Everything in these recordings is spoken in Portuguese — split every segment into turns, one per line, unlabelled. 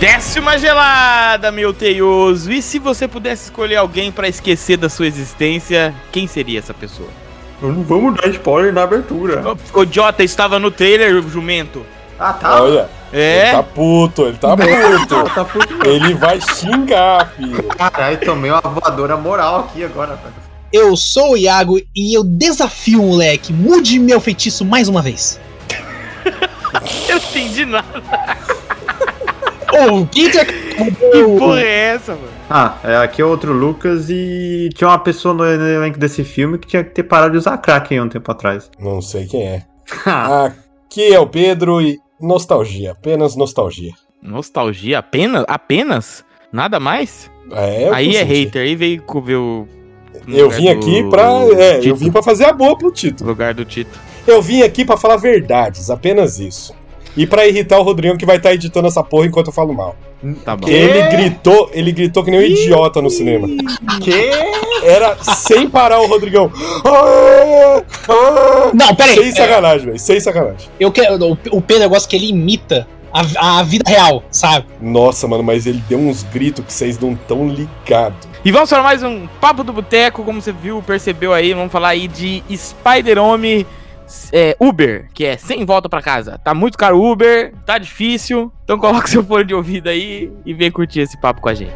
Décima gelada, meu teioso. E se você pudesse escolher alguém pra esquecer da sua existência, quem seria essa pessoa?
Não vamos dar spoiler na abertura.
O Jota estava no trailer, jumento.
Ah, tá.
Olha, ele
É?
tá puto, ele tá puto.
Tá puto.
Ele vai xingar, filho.
Caralho, tomei uma voadora moral aqui agora. velho.
Eu sou o Iago e eu desafio, moleque, mude meu feitiço mais uma vez.
Eu não entendi nada.
Ô, Peter,
Que
eu-
porra é essa, mano?
Ah, é, aqui é outro Lucas e tinha uma pessoa no elenco desse filme que tinha que ter parado de usar crack há um tempo atrás.
Não sei quem é.
Ah,
Ah.
Aqui é o Pedro e nostalgia, apenas nostalgia.
Nostalgia apenas? Apenas? Nada mais?
É, o que
aí
eu
é
senti.
hater, aí veio co- ver o. no
Eu
lugar
vim
do-
aqui pra. É, eu
Tito.
vim pra fazer a boa pro
No
título.
lugar do Tito.
Eu vim aqui pra falar verdades, apenas isso. E pra irritar o Rodrigão que vai estar editando essa porra enquanto eu falo mal.
Tá bom.
Quê?
Ele gritou, ele gritou que nem um idiota no cinema.
Que?
Era sem parar o Rodrigão. Ah, ah.
Não, peraí.
Sem sacanagem, velho. Sem sacanagem.
Eu quero, o o Pedro eu gosto que ele imita a, a vida real, sabe?
Nossa, mano, mas ele deu uns gritos que vocês não tão ligados.
E vamos para mais um Papo do Boteco, como você viu, percebeu aí, vamos falar aí de Spider-Homem é, Uber, que é sem volta pra casa. Tá muito caro o Uber, tá difícil, então coloca seu fone de ouvido aí e vem curtir esse papo com a gente.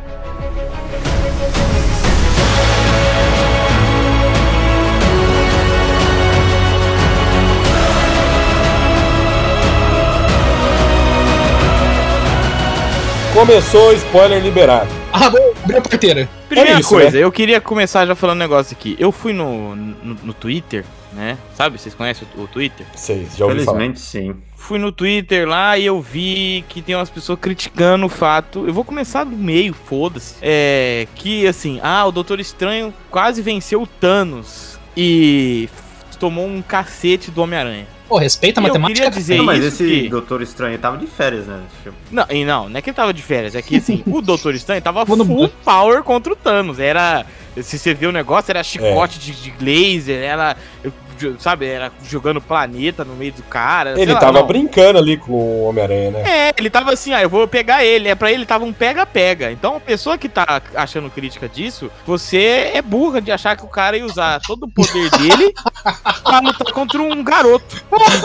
Começou, spoiler liberado.
Ah, vou abrir a porteira.
Primeira
isso,
coisa, eu queria começar já falando um negócio aqui. Eu fui no, no, no Twitter, né? Sabe, vocês conhecem o, o Twitter?
Vocês já ouviram falar.
Felizmente sim.
Fui no Twitter lá e eu vi que tem umas pessoas criticando o fato. Eu vou começar do meio, foda-se. É. Que assim, ah, o Doutor Estranho quase venceu o Thanos e f- tomou um cacete do Homem-Aranha.
Pô, respeita a
Eu
matemática.
queria dizer
Não, mas
isso
esse
que-
Doutor Estranho tava de férias, né? nesse filme.
Não, e não, não é que ele tava de férias, é que assim, o Doutor Estranho tava
Vou no
full power contra o Thanos. Era. Se você viu o negócio, era
É.
chicote de, de laser, era. jo- Sabe, era jogando planeta no meio do cara. sei
Ele
lá,
tava
não.
brincando ali com o Homem-Aranha, né?
É, ele tava assim, ah, eu vou pegar ele. É pra ele tava um pega-pega. Então, a pessoa que tá achando crítica disso, você é burra de achar que o cara ia usar todo o poder dele pra lutar contra um garoto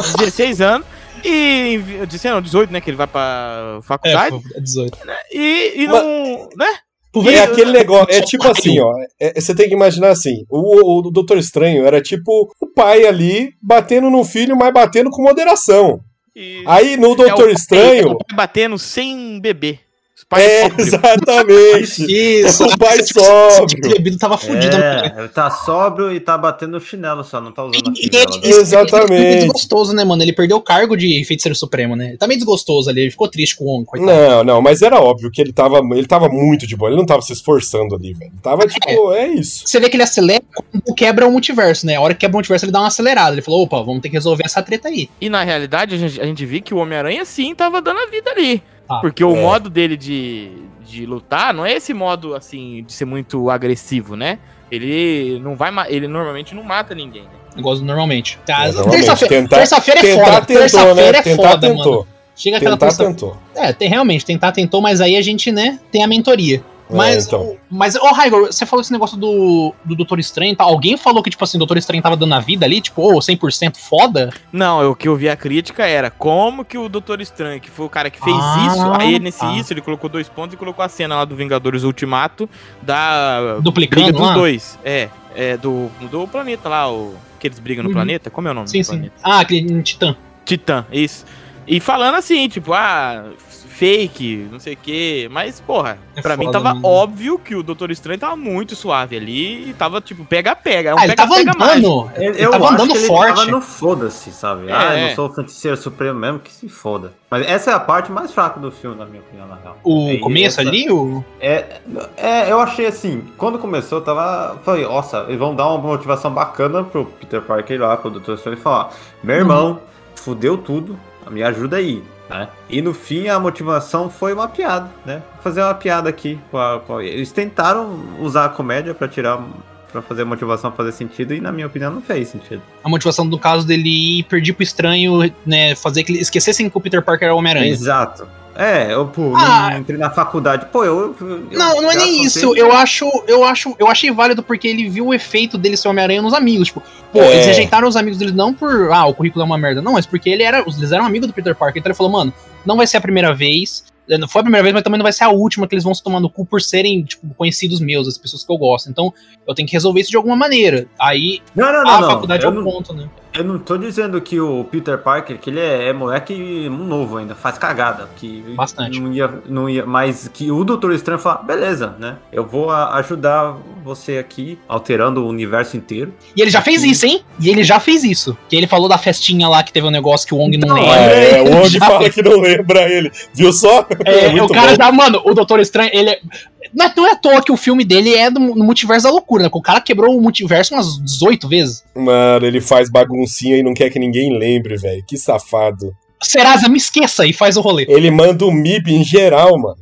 de 16 anos. E 16 não, 18, né? Que ele vai pra
É,
faculdade.
pô, é 18.
E, e não. Né?
Pô,
É
velho,
aquele negócio, é tipo assim, ó. é- Você tem que imaginar assim: o, o Doutor Estranho era tipo o pai ali batendo no filho, mas batendo com moderação.
E-
Aí no
é o
Doutor
pai- é
Estranho.
o pai batendo sem bebê. Os pais
É,
sóbrios.
É,
exatamente.
Isso,
O pai
se tivesse-
sóbrio.
se tivesse bebido, tava fudido.
É, ele tá sóbrio e tá batendo o chinelo só, não tá usando a
E- e
fivela.
ele- é
dele.
Exatamente.
ele tá meio desgostoso, né, mano? Ele perdeu o cargo de feiticeiro supremo, né? Ele tá meio desgostoso ali, ele ficou triste com o homem, coitado.
Não, não, mas era óbvio que ele tava, ele tava muito de boa, ele não tava se esforçando ali, velho. Tava tipo, é isso.
Você vê que ele acelera quando quebra o multiverso, né? A hora que quebra o multiverso, ele dá uma acelerada. Ele falou, opa, vamos ter que resolver essa treta aí.
E na realidade, a gente, a gente viu que o Homem-Aranha sim tava dando a vida ali.
Tá.
porque o
É.
modo dele de, de lutar não é esse modo, assim, de ser muito agressivo, né? Ele não vai. ma- Ele normalmente não mata ninguém, né?
Negócio normalmente. Tá,
É, normalmente.
terça-feira
Tentar-
terça-feira é
Tentar
foda.
tentou,
Terça-feira
né?
é
Tentar
foda, mano.
tentou.
Chega aquela
Tentar
terça
tentou.
É, tem, realmente, tentar tentou, mas aí a gente, né, tem a mentoria.
É,
Mas,
então.
o- mas, ô Raigor, você falou esse negócio do, do Doutor Estranho, e tal. alguém falou que, tipo assim, o Doutor Estranho tava dando a vida ali, tipo, ô, 100% foda?
Não, eu- o que eu vi a crítica era como que o Doutor Estranho, que foi o cara que fez
Ah,
isso, aí nesse
tá.
isso ele colocou dois pontos e colocou a cena lá do Vingadores Ultimato da briga
Duplicando
dos
lá?
dois. É, é do, do planeta lá, o, que eles brigam no
Uhum.
planeta. Como é o nome
Sim,
do
sim.
planeta?
Ah, aquele um Titã.
Titã, isso. E falando assim, tipo, ah, fake, não sei o quê. Mas, porra,
É
pra mim
foda,
tava
né?
óbvio que o Doutor Estranho tava muito suave ali e tava, tipo, pega-pega. É um
ah, ele tava
pega-pega mágico.
andando.
Eu,
Ele tava
acho
andando
que ele
forte.
tava no foda-se, sabe? Ah, eu
É.
não sou o feiticeiro supremo mesmo, que se foda. Mas essa é a parte mais fraca do filme, na minha opinião, na real.
O
É,
começo
essa-
ali, o...
É, é, eu achei assim, quando começou, eu tava. Falei, nossa, eles vão dar uma motivação bacana pro Peter Parker ir lá, pro Dr. Strange e falar: meu irmão, fudeu tudo, me ajuda aí, né? E no fim, a motivação foi uma piada, né? Vou Fazer uma piada aqui. Com a, com a- Eles tentaram usar a comédia pra tirar. Pra fazer a motivação fazer sentido, e na minha opinião não fez sentido.
a motivação do caso dele ir pedir pro estranho, né, fazer que ele esquecessem que o Peter Parker era o Homem-Aranha.
Exato. É, eu pô,
Ah.
não entrei na faculdade. Pô, eu. eu-
Não, não é
já um.
nem
contei-
isso. Eu acho, eu acho, eu achei válido porque ele viu o efeito dele ser Homem-Aranha nos amigos. Tipo, pô,
É.
eles rejeitaram os amigos dele não por, ah, o currículo é uma merda. Não, mas porque ele era, eles eram amigos do Peter Parker. Então ele falou, mano, não vai ser a primeira vez. Eh, Não foi a primeira vez, mas também não vai ser a última que eles vão se tomar no cu por serem, tipo, conhecidos meus, as pessoas que eu gosto. Então, eu tenho que resolver isso de alguma maneira. Aí,
Não, não, não.
a
não.
faculdade é
eu,
o
não,
ponto, né?
eu não tô dizendo que o Peter Parker, que ele é, é moleque novo ainda, faz cagada. Que
Bastante.
Não ia, não ia, mas que o Doutor Estranho fala, beleza, né? Eu vou a- ajudar você aqui, alterando o universo inteiro.
E ele já fez isso, hein? E ele já fez isso. Que ele falou da festinha lá que teve um negócio que o Wong não
Então,
lembra.
É, o Wong
Já-
fala que não lembra ele. Viu só?
É, o
muito
cara
bom.
já, mano, o Doutor Estranho, ele é. Não é, não é à toa que o filme dele é do, no multiverso da loucura, né? Que O cara quebrou o multiverso umas 18 vezes.
Mano, ele faz baguncinha e não quer que ninguém lembre, velho. Que safado.
Serasa, me esqueça e faz o rolê.
Ele manda o MIB em geral, mano.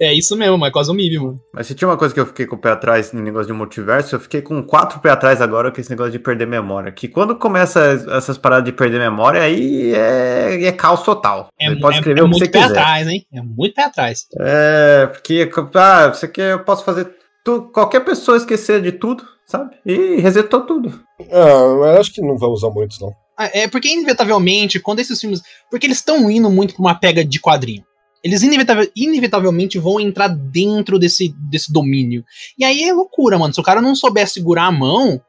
É isso mesmo, mas quase um MIB, mano.
Mas se tinha uma coisa que eu fiquei com o pé atrás no negócio de multiverso, eu fiquei com quatro pé atrás agora com esse negócio de perder memória. Que quando começa es- essas paradas de perder memória, aí é, é caos total.
É,
você pode
é-
escrever
é
o que
muito
você
pé
quiser.
atrás, hein? É muito pé atrás.
É, porque ah, você quer, eu posso fazer tu- qualquer pessoa esquecer de tudo, sabe? E resetou tudo.
Ah, mas acho que não vai usar muito, não.
Ah, É porque, inevitavelmente, quando esses filmes. Porque eles estão indo muito pra uma pega de quadrinho. Eles inevitavel- inevitavelmente vão entrar dentro desse, desse domínio. E aí é loucura, mano. Se o cara não souber segurar a mão,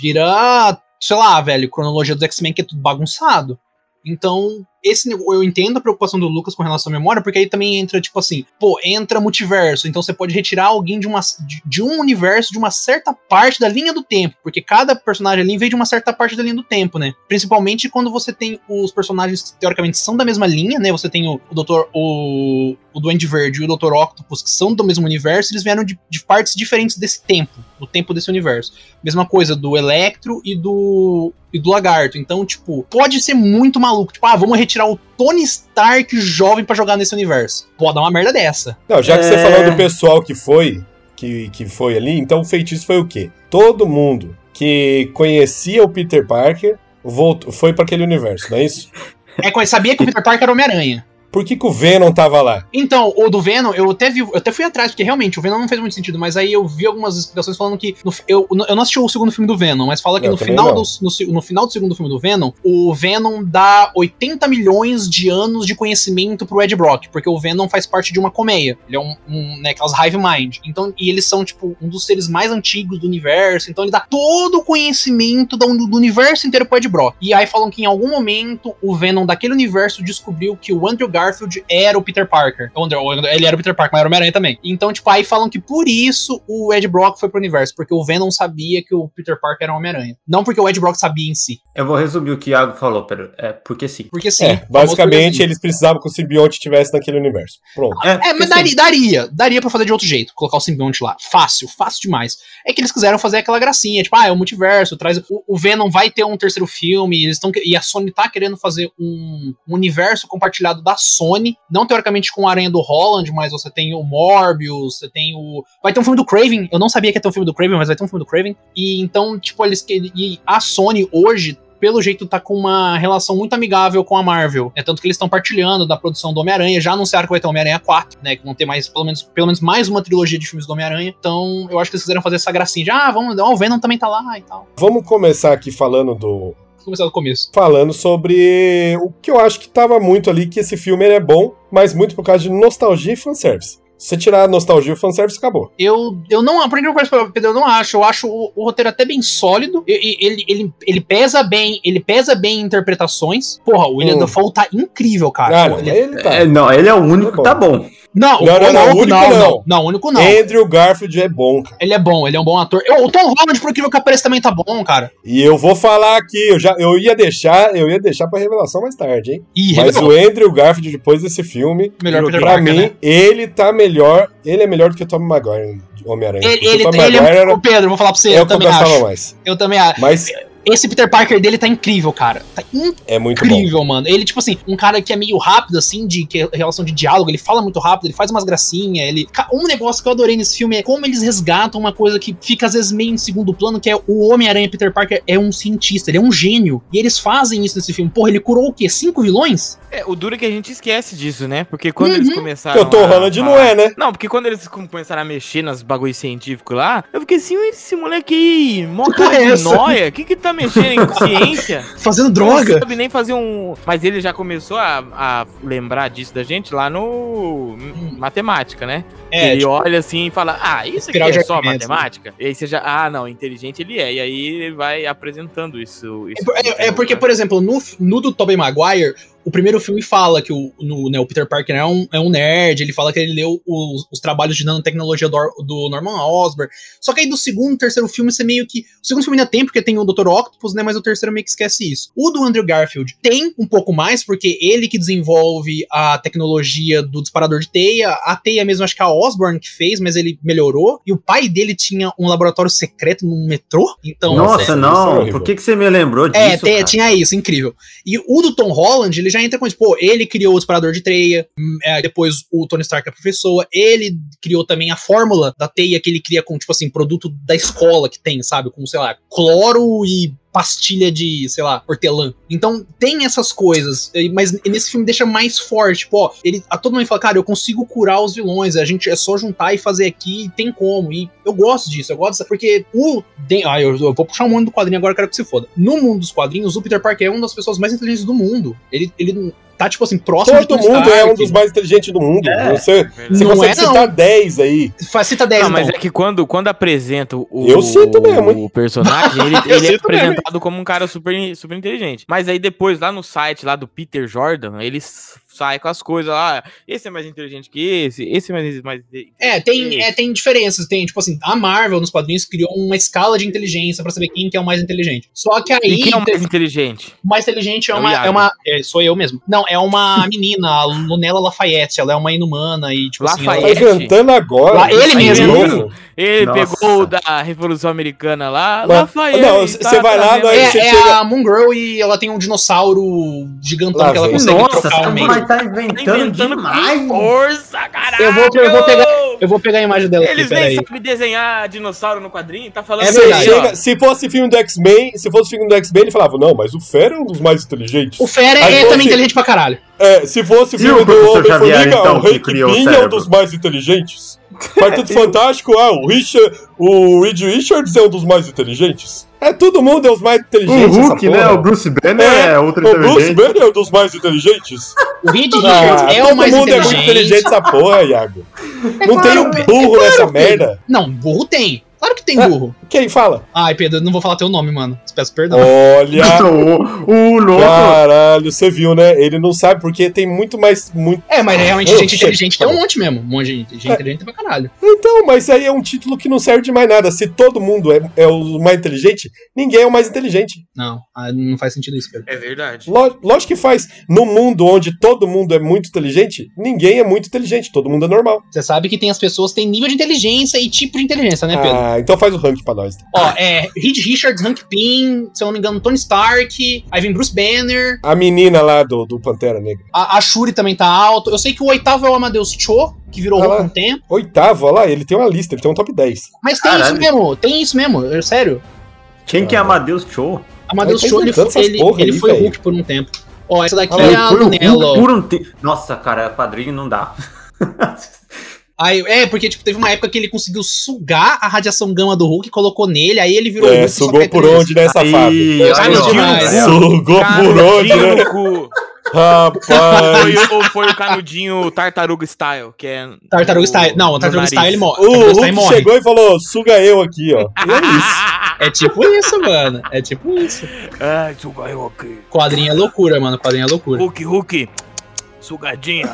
vira, sei lá, velho, cronologia dos X-Men que é tudo bagunçado. Então, esse nego- eu entendo a preocupação do Lucas com relação à memória, porque aí também entra, tipo assim, pô, entra multiverso. Então você pode retirar alguém de, uma, de, de um universo, de uma certa parte da linha do tempo. Porque cada personagem ali vem de uma certa parte da linha do tempo, né? Principalmente quando você tem os personagens que teoricamente são da mesma linha, né? Você tem o, o Doutor. O, o Duende Verde e o Doutor Octopus, que são do mesmo universo, eles vieram de, de partes diferentes desse tempo, do tempo desse universo. Mesma coisa do Electro e do. e do Lagarto. Então, tipo, pode ser muito maluco. Tipo, ah, vamos retirar o Tony Stark jovem pra jogar nesse universo. Pode dar uma merda dessa.
Não, já que você
É.
falou do pessoal que foi, que, que foi ali, então o feitiço foi o quê? Todo mundo que conhecia o Peter Parker voltou, foi pra aquele universo, não é isso?
É, que eu sabia que o Peter Parker era Homem-Aranha.
Por que, que o Venom tava lá?
Então, o do Venom, eu até, vi, eu até fui atrás, porque realmente o Venom não fez muito sentido, mas aí eu vi algumas explicações falando que. no fi- eu, eu não assisti o segundo filme do Venom, mas fala que
Eu
no
também
final,
não.
do, no, se- no final do segundo filme do Venom, o Venom dá 80 milhões de anos de conhecimento pro Ed Brock, porque o Venom faz parte de uma colmeia. Ele é um, um né, aquelas Hive Mind. Então, e eles são, tipo, um dos seres mais antigos do universo. Então, ele dá todo o conhecimento da- do, universo inteiro pro Ed Brock. E aí falam que em algum momento o Venom daquele universo descobriu que o Andrew Garfield era o Peter Parker. O Andrew- ele era o Peter Parker, mas era o Homem-Aranha também. Então, tipo, aí falam que por isso o Ed Brock foi pro universo, porque o Venom sabia que o Peter Parker era o Homem-Aranha. Não porque o Ed Brock sabia em si.
Eu vou resumir o que o Iago falou, Pedro. É porque sim.
Porque sim.
É, basicamente
famoso-
eles precisavam que o simbionte estivesse naquele universo. Pronto.
É,
porque assim,
mas
sim.
daria, daria. Daria pra fazer de outro jeito. Colocar o simbionte lá. Fácil, fácil demais. É que eles quiseram fazer aquela gracinha, tipo, ah, é o multiverso, traz. O, o Venom vai ter um terceiro filme, eles estão. E a Sony tá querendo fazer um, um universo compartilhado da Sony. Não teoricamente com a Aranha do Holland, mas você tem o Morbius, você tem o. Vai ter um filme do Craven. Eu não sabia que ia ter um filme do Craven, mas vai ter um filme do Craven. E então, tipo, eles. que- E a Sony hoje. Pelo jeito tá com uma relação muito amigável com a Marvel. É tanto que eles estão partilhando da produção do Homem-Aranha. Já anunciaram que vai ter o Homem-Aranha 4, né? Que vão ter mais, pelo menos, pelo menos mais uma trilogia de filmes do Homem-Aranha. Então, eu acho que eles quiseram fazer essa gracinha de ah, vamos, ó, o Venom também tá lá e tal.
Vamos começar aqui falando do,
Vamos começar do começo.
falando sobre o que eu acho que tava muito ali, que esse filme ele é bom, mas muito por causa de nostalgia e fanservice. Se você tirar a nostalgia e o fanservice, acabou.
Eu, eu não, por incrível que pareça, Pedro, eu não acho. Eu acho o, o roteiro até bem sólido. E- e- Ele, ele, ele pesa bem, ele pesa bem em interpretações. Porra, o William
Hum.
Dafoe tá incrível, cara.
Ah,
Pô,
não,
ele-
ele tá.
É, não, ele é o único
Tá
que tá bom.
não,
Não, não, não, o único não.
Não, o único não.
Andrew Garfield é bom, cara.
Ele é bom, ele é um bom ator. Eu- o Tom Holland, por incrível que pareça, também tá bom, cara.
E eu vou falar aqui, eu já eu ia deixar, eu ia deixar para revelação mais tarde, hein?
Ih,
Mas
revelou.
o Andrew Garfield depois desse filme,
melhor Peter
pra
Parker,
mim,
né?
ele tá melhor, ele é melhor do que o Tom Maguire, Homem-Aranha.
Ele,
Porque
ele,
o Tom
ele é-
Maguire era,
o Pedro, vou falar pra você,
é
eu
o que eu
também
gostava
acho.
mais.
Eu também acho.
Mas
Esse Peter Parker dele tá incrível, cara. Tá
É muito bom.
incrível, mano. Ele, tipo assim, um cara que é meio rápido, assim, de que- relação de diálogo, ele fala muito rápido, ele faz umas gracinhas, ele. Ca- Um negócio que eu adorei nesse filme é como eles resgatam uma coisa que fica, às vezes, meio em segundo plano, que é o Homem-Aranha Peter Parker é um cientista, ele é um gênio. E eles fazem isso nesse filme. Porra, ele curou o quê? Cinco vilões?
É, o duro é que a gente esquece disso, né? Porque quando eles
Uhum.
começaram.
Eu tô
a-
Holland
a-
não é, né?
Não, porque quando eles com- começaram a mexer nas bagulhos científicos lá, eu fiquei assim, "Ué, esse moleque aí, mó
Que porra
cara
é
de
essa?"
nóia, o que que tá mexendo em ciência?
Fazendo
Não
droga?
sabe nem fazer um... Mas ele já começou a, a lembrar disso da gente lá no... Matemática, né?
É,
ele
tipo,
olha assim e fala, ah, isso aqui
Espiral de
é só
Arquimedes, né?
matemática? E aí você já, ah, não, inteligente ele é. E aí ele vai apresentando isso. né?
é
isso
por- é, é porque, por exemplo, no, no do Tobey Maguire, o primeiro filme fala que o, no, né, o Peter Parker é um, é um nerd, ele fala que ele leu os, os trabalhos de nanotecnologia do, Or- do Norman Osborn. Só que aí do segundo, terceiro filme, você meio que. O segundo filme ainda tem, porque tem o Dr. Octopus, né? Mas o terceiro meio que esquece isso. O do Andrew Garfield tem um pouco mais, porque ele que desenvolve a tecnologia do disparador de teia. A teia mesmo, acho que a Osborn que fez, mas ele melhorou. E o pai dele tinha um laboratório secreto num metrô. Então.
Nossa,
Nossa,
isso é
não.
horrível.
Por que, que você me lembrou disso?
É, tem-
cara?
tinha isso, incrível. E o do Tom Holland, ele já entra com isso. Pô, ele criou o disparador de teia, hum, é, depois o Tony Stark é professor, ele criou também a fórmula da teia que ele cria com, tipo assim, produto da escola que tem, sabe? Com, sei lá, cloro e pastilha de, sei lá, hortelã. Então tem essas coisas, e- mas nesse filme deixa mais forte, tipo, ó, ele a todo mundo fala, cara, eu consigo curar os vilões, a gente é só juntar e fazer aqui, e tem como. E eu gosto disso, eu gosto, dessa- porque o de- ah, eu, eu vou puxar um mundo do quadrinho agora, eu quero que se foda. No mundo dos quadrinhos, o Peter Parker é uma das pessoas mais inteligentes do mundo. Ele ele tá tipo assim próximo
Todo
Tony
mundo é um
Stark.
dos mais inteligentes do mundo.
É.
Você,
exemplo,
você
Não
consegue
é, não.
citar 10 aí.
Faz- Cita 10
Não, mas é
então.
que quando, quando apresenta o,
Eu sinto mesmo, hein?
o personagem, ele, ele
Eu
é
sinto mesmo, hein?
apresentado como um cara super, super inteligente. Mas aí depois, lá no site lá do Peter Jordan, ele s- sai com as coisas lá. Esse é mais inteligente que esse, esse é mais, mais
É, tem, é, tem diferenças. Tem, tipo assim, a Marvel nos quadrinhos criou uma escala de inteligência pra saber quem que é o mais inteligente. Só que aí.
E quem é o
teve-
mais inteligente?
O mais inteligente é
um
É o
uma.
Iago.
É uma é, sou eu mesmo. Não, é uma menina, a Lunella Lafayette. Ela é uma inumana e, tipo
Tá
Lafayette.
assim.
inventando agora.
Lá, ele
de
mesmo.
novo.
Ele
Nossa.
pegou o da Revolução Americana lá. tá
Mas-
Lafayette.
não, cê- cê vai lá,
trazendo-
nós-
Ela
Aí
é,
você
é
chega-
a Moon Girl e ela tem um dinossauro gigantão
Lá
que ela
vem.
consegue
Nossa,
trocar o
você
meio.
vai tá
Tá
inventando,
inventando com
demais.
força, caralho.
Eu vou- eu vou pegar- Eu vou pegar a imagem dela aqui,
Eles nem
peraí.
sabem desenhar dinossauro no quadrinho, tá falando
É
isso aí,
verdade.
ó.
Chega- se fosse filme do X-Men, se fosse filme do X-Men, ele falava, não, mas o Fera é um dos mais inteligentes.
O Fera
Aí
é
você-
também inteligente pra caralho.
É, se fosse
E
filme
o
do
professor
Homem-Formiga,
Xavier, então,
o
que
Rick
criou o
Pin é um
cérebro?
dos mais inteligentes. Quarteto Fantástico, ah, o Richard, o Reed Richards é um dos mais inteligentes. É, todo mundo é os mais
O
inteligentes.
Hulk,
essa
né?
porra.
O Bruce Banner é, outro
O Bruce
inteligente.
Banner é um dos mais inteligentes.
O Reed
Ah,
Richards é o mais
todo mundo é muito
inteligente. É
inteligente essa porra, Iago. Não tem um
claro, é.
burro nessa
filho.
merda.
Não, burro tem. Claro que tem
Ah.
burro.
Quem fala?
Ai, Pedro, não vou falar teu nome, mano. Te
É,
peço perdão.
Olha,
O, o louco.
Ah, caralho, você viu, né? Ele não sabe porque tem muito mais... Muito...
É, mas realmente
Eu
gente
sei.
inteligente tem um monte mesmo. Um monte de gente
É.
inteligente pra caralho.
Então, mas aí é um título que não serve de mais nada. Se todo mundo é, é o mais inteligente, ninguém é o mais inteligente.
Não, ah, não faz sentido isso, Pedro.
É verdade.
Ló- Lógico que faz. No mundo onde todo mundo é muito inteligente, ninguém é muito inteligente, todo mundo é normal.
Você sabe que tem as pessoas que têm nível de inteligência e tipo de inteligência, né, Pedro?
Ah, então faz o ranking pra nós.
Ó, é Reed Richards, Hank Pym, se eu não me engano, Tony Stark, aí vem Bruce Banner,
A menina lá do, do Pantera Negra.
a, a Shuri também tá alto. Eu sei que o oitavo é o Amadeus Cho, que virou
Ah lá.
louco um tempo.
Oitavo, olha lá, ele tem uma lista, ele tem um top 10.
Mas tem
Caralho.
isso mesmo, tem isso mesmo, é sério.
Quem que é Amadeus Cho?
Amadeus
Mas tá
Cho, ele,
inventando
foi-
essas
ele,
porra
ele
aí,
foi
velho.
Hulk por um tempo. Ó, essa daqui
Ele
é a
foi o Hulk
Lunella.
por um tempo. Nossa, cara, quadrinho não dá.
Aí, é, porque tipo, teve uma época que ele conseguiu sugar a radiação gama do Hulk, colocou nele, aí ele virou
É,
Hulk, só
sugou
que
por
aí-
onde, né, safado?
Aí,
Eu
aí,
sou
ó,
demais.
aí, ó.
Sugou por onde, né?
Canudinho no cu.
Rapaz.
Foi, o- foi o canudinho Tartaruga Style, que é.
Tartaruga Style. Não, o Tartaruga Style ele morre.
O
Tartaruga Style
Hulk chegou e falou: suga eu aqui, ó. E é isso.
É tipo isso, mano. É tipo isso.
Ai, suga eu Ah, aqui.
Quadrinho é loucura, mano. Quadrinho é loucura.
Hulk, Hulk. Sugadinha.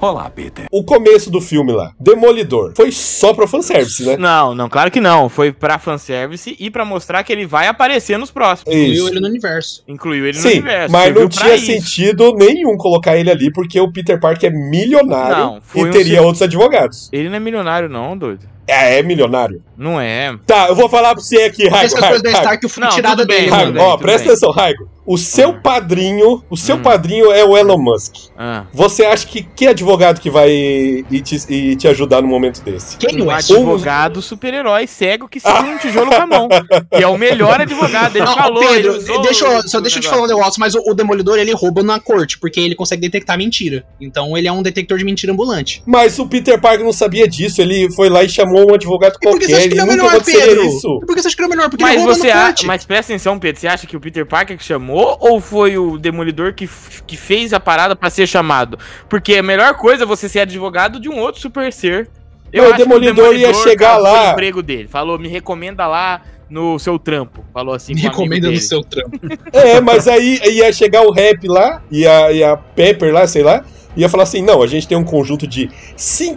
Olá, Peter.
O começo do filme lá, Demolidor, foi só pra fanservice, né?
Não, não, claro que não. Foi pra fanservice e pra mostrar que ele vai aparecer nos próximos.
Incluiu
Isso.
ele no universo.
Incluiu ele no
Sim,
universo.
mas não
serviu pra
tinha
isso.
sentido nenhum colocar ele ali, porque o Peter Parker é milionário
Não, foi um
e teria
ser-
outros advogados.
Ele não é milionário, não, doido.
É, é milionário.
Não é.
Tá, eu vou falar pra você aqui, Raigo.
Parece que as coisas é da
Raigo,
Stark eu fui
Não,
tirada
tudo bem,
dele.
mano.
Raigo,
tudo
mano.
bem,
ó,
tudo
presta
bem. Ah.
atenção, Raigo. O seu padrinho, o seu
Hum.
padrinho é o Elon Musk.
Ah.
Você acha que que advogado que vai e te, e te ajudar no momento desse?
Quem é?
Um
o Ash?
advogado super-herói cego que segura um tijolo com a mão. Que é o melhor advogado. Ele
Não,
falou.
Pedro,
ele usou
deixa eu, só
o
deixa eu te falar um
negócio.
negócio, mas o, o Demolidor ele rouba na corte, porque ele consegue detectar mentira. Então ele é um detector de mentira ambulante.
Mas o Peter Parker não sabia disso. Ele foi lá e chamou um advogado
E por que você
qualquer.
acha
Ele
que ele é o
nunca
melhor,
aconteceria
Pedro?
isso.
E por que você acha que ele é o melhor? Porque
Mas
ele rouba
você
na
a...
corte.
Mas presta atenção, Pedro. Você acha que o Peter Parker que chamou ou foi o Demolidor que, f- que fez a parada pra ser chamado? Porque a melhor coisa é você ser advogado de um outro super ser.
Não, o
acho que
Demolidor ia chegar
cavou
lá.
O emprego dele. Falou, me recomenda lá no seu trampo. Falou assim,
Me
pro amigo
recomenda no
dele.
seu trampo.
É, mas aí ia chegar o rap lá e a, e a Pepper lá, sei lá, ia falar assim: não, a gente tem um conjunto de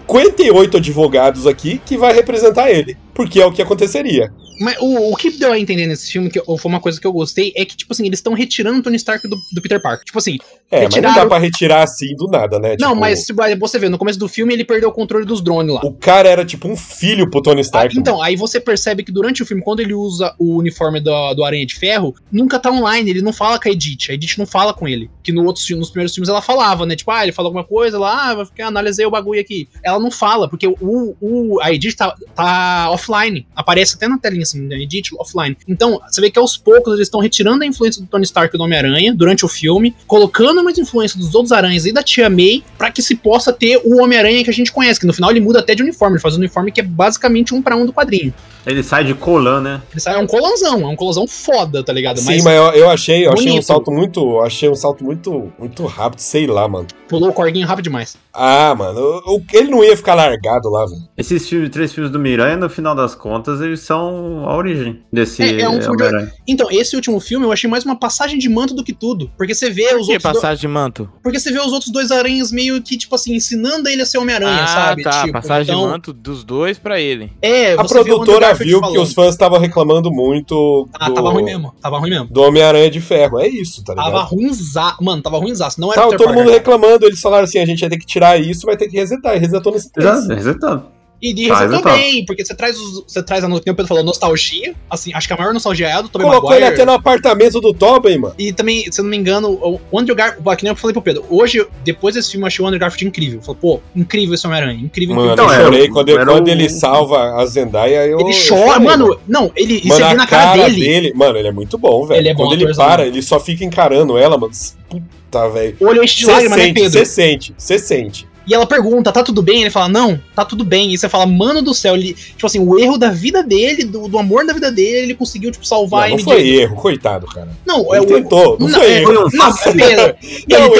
58 advogados aqui que vai representar ele. Porque é o que aconteceria.
Mas o, o que deu a entender nesse filme, que eu- foi uma coisa que eu gostei, é que, tipo assim, eles estão retirando o Tony Stark do, do Peter Parker. Tipo assim,
É, mas não dá
Retiraram-
pra retirar assim do nada, né?
não,
Tipo,
mas se você vê, no começo do filme ele perdeu o controle dos drones lá.
O cara era tipo um filho pro Tony
Ah,
Stark.
então, aí você percebe que durante o filme, quando ele usa o uniforme do, do Aranha de Ferro, nunca tá online, ele não fala com a Edith, a Edith não fala com ele. Que no outros, fi- nos primeiros filmes ela falava, né? Tipo, ah, ele fala alguma coisa, lá, ah, vai ficar, analisei o bagulho aqui. Ela não fala, porque o, o, a Edith tá, tá offline. Aparece até na telinha assim, né? Edith offline. Então, você vê que aos poucos eles estão retirando a influência do Tony Stark e do Homem-Aranha durante o filme, colocando uma influência dos outros aranhas e da Tia May pra que se possa ter o Homem-Aranha que a gente conhece, que no final ele muda até de uniforme, ele faz um uniforme que é basicamente um pra um do quadrinho.
Ele sai de Colan, né?
Ele sai- É um colãozão, é um colãozão foda, tá ligado?
Sim,
Mas,
mas eu, eu achei, eu achei um
Bonito.
salto muito. Achei um salto muito, muito rápido, sei lá, mano.
pulou o corguinho rápido demais.
Ah, mano, o- o- ele não ia ficar largado lá, velho.
Esses filmes, três filmes do Miranha, no final das contas, eles são a origem desse
É, é um filme de-
Homem-Aranha.
Então, esse último filme eu achei mais uma passagem de manto do que tudo. Porque você vê os
Que
outros. do-
passagem de manto?
Porque você vê os outros dois aranhas meio que, tipo assim, ensinando ele a ser Homem-Aranha,
ah,
sabe?
tá.
Tipo,
passagem
então,
de manto dos dois pra ele.
É,
A
você vê o Andrew
produtora
Garfield
viu que
falando.
os fãs estavam reclamando muito
Ah, tava ruim mesmo, tava ruim mesmo.
do Homem-Aranha de Ferro. É isso, tá ligado?
Tava ruimzaço. Mano, tava ruimzaço. Não era
Tava
Peter
todo mundo
Parker.
reclamando, eles falaram assim, a gente vai ter que tirar isso, vai ter que resetar. E resetou nesse
é
Exato,
texto.
exato.
E de
Traz
resetou
o tal.
bem, porque você traz, os, você traz a, no- que o Pedro falou, nostalgia. Assim, acho que a maior nostalgia é a do Tobey
Colocou ele até no apartamento do Tobey, mano.
E também, se eu não me engano, o o Andrew Garfield, que nem eu falei pro Pedro, hoje, depois desse filme, eu achei o Andrew Garfield incrível. Falei, pô, incrível esse Homem-Aranha, incrível,
Mano,
incrível.
Então,
eu
era-
chorei quando, eu-
era
quando
o-
ele salva a Zendaya. Eu,
um- Ele
eu
chora,
chorei,
mano, não, ele, e
Mano,
você vê na cara, dele,
Mano, ele é muito bom, velho.
Ele é bom
Quando ele
atorzão.
para, ele só fica encarando ela, mano. Puta, velho.
o olho enche de
Você
lágrima, né,
sente,
Pedro?
você sente, você sente.
E ela pergunta, tá tudo bem? Ele fala, não, tá tudo bem. E você fala, mano do céu, ele, tipo assim, o erro da vida dele, do, do amor da vida dele, ele conseguiu, tipo,
não,
salvar
não
ele
foi
de-
erro, coitado, cara.
Não, é
Ele
o
tentou, não,
Não,
foi
é-
erro.
Não, Pedro,
Não, ele,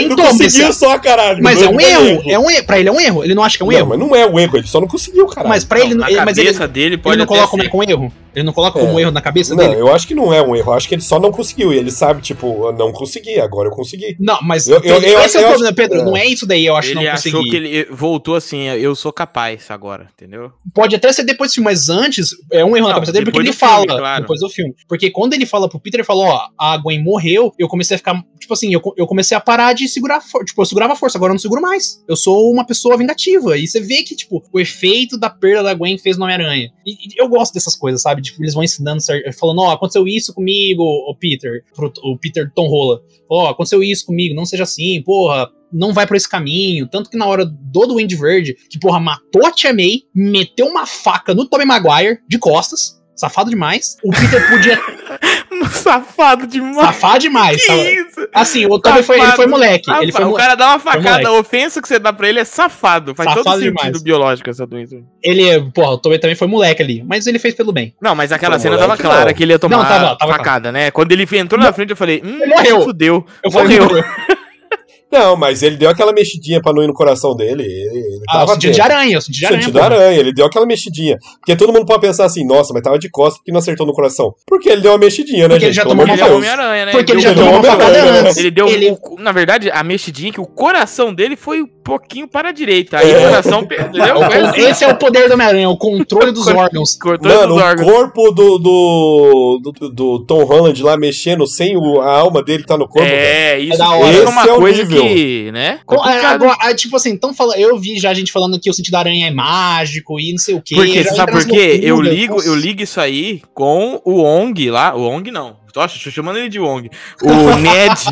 não
tentou, mas- é,
conseguiu só, caralho.
Mas é um
Não
erro, é um erro. Pra ele é um erro. Ele não acha que é um
não,
erro.
mas não é um erro, ele só não conseguiu, caralho.
Mas pra
Não,
ele, não,
na
ele- mas ele,
cabeça dele
ele
pode
não
até
coloca como
ser.
é que é um erro. Ele não coloca como
É.
um erro na cabeça
Não,
dele.
eu acho que não é um erro. Eu acho que ele só não conseguiu. E ele sabe, tipo, eu não consegui, agora eu consegui.
Não, mas
Eu- eu- eu-
esse é
eu
o
acho-
problema, Pedro.
é.
Não é isso daí, eu acho que
ele
não
achou
consegui.
que ele voltou assim, eu sou capaz agora, entendeu?
Pode até ser depois do filme, mas antes é um erro na
Não,
cabeça dele porque
depois
ele
do filme,
fala
claro.
depois do filme. Porque quando ele fala pro Peter, ele falou, ó, a Gwen morreu, eu comecei a ficar, tipo assim, eu, co- eu comecei a parar de segurar, a for- tipo, eu segurava a força, agora eu não seguro mais. Eu sou uma pessoa vingativa. E você vê que, tipo, o efeito da perda da Gwen fez no Homem-Aranha. E, e eu gosto dessas coisas, sabe? Tipo, eles vão ensinando, cer- falando, ó, aconteceu isso comigo, o Peter, pro, o Peter Tom Rola. Ó, aconteceu isso comigo, não seja assim, porra, não vai por esse caminho. Tanto que na hora do Duende Verde, que, porra, matou a Tia May, meteu uma faca no Tobey Maguire de costas. Safado demais. O Peter podia
Safado demais.
safar demais.
Que
sabe?
isso?
Assim, o Tobey foi, ele foi moleque.
Safa-
Ele foi,
o
mo-
cara dá uma
foi
facada, a
moleque.
ofensa que você dá pra ele é safado. Faz todo
Safado
sentido
demais.
biológico essa doença.
ele, é- porra, o Tobey também foi moleque ali. Mas ele fez pelo bem.
Não, mas aquela
Pô,
cena
moleque,
tava clara
não.
que ele ia tomar
Não, tava, tava
facada, né? Quando ele entrou na frente, eu falei, hum,
Ele morreu.
fudeu.
Eu falei,
Morreu.
Não, mas ele deu aquela mexidinha pra não ir no coração dele. Ele, ele
ah, eu
tava
senti de
bem.
aranha, eu senti de aranha.
Sentido
porra.
aranha, ele deu aquela mexidinha. Porque todo mundo pode pensar assim, nossa, mas tava de costas porque não acertou no coração. Porque ele deu uma mexidinha, né,
Porque ele
gente?
já
Pelo
tomou
amor
Ele
de
é o
Deus.
Homem-Aranha, né?
Porque ele
Ele
já
deu-
tomou uma
Ele deu-
facada
ele-
antes.
Ele deu,
Ele-
o cu- na verdade, a mexidinha que o coração dele foi um pouquinho para a direita. Aí
É.
o coração, pe- entendeu?
O
Foi
con-
assim,
Esse é o poder do Homem-Aranha, o controle dos
Cor-
órgãos.
cortou
Mano,
os
um
o
órgãos.
corpo do, do, do, do Tom Holland lá mexendo sem o- a alma dele tá no corpo. velho.
É, isso
da hora.
foi
Esse
uma
é o
coisa
nível.
aí, né?
Co- é,
Complicado.
agora, ah, tipo assim, então fala, eu vi já gente falando que o sentido da aranha é mágico e não sei o quê.
Porque,
já
você sabe
entra
por
nas
quê? Eu
loucuras,
ligo,
né? nossa.
eu ligo isso aí com o ONG lá. O ONG não. Tô ach- tô chamando ele de ONG. O Ned.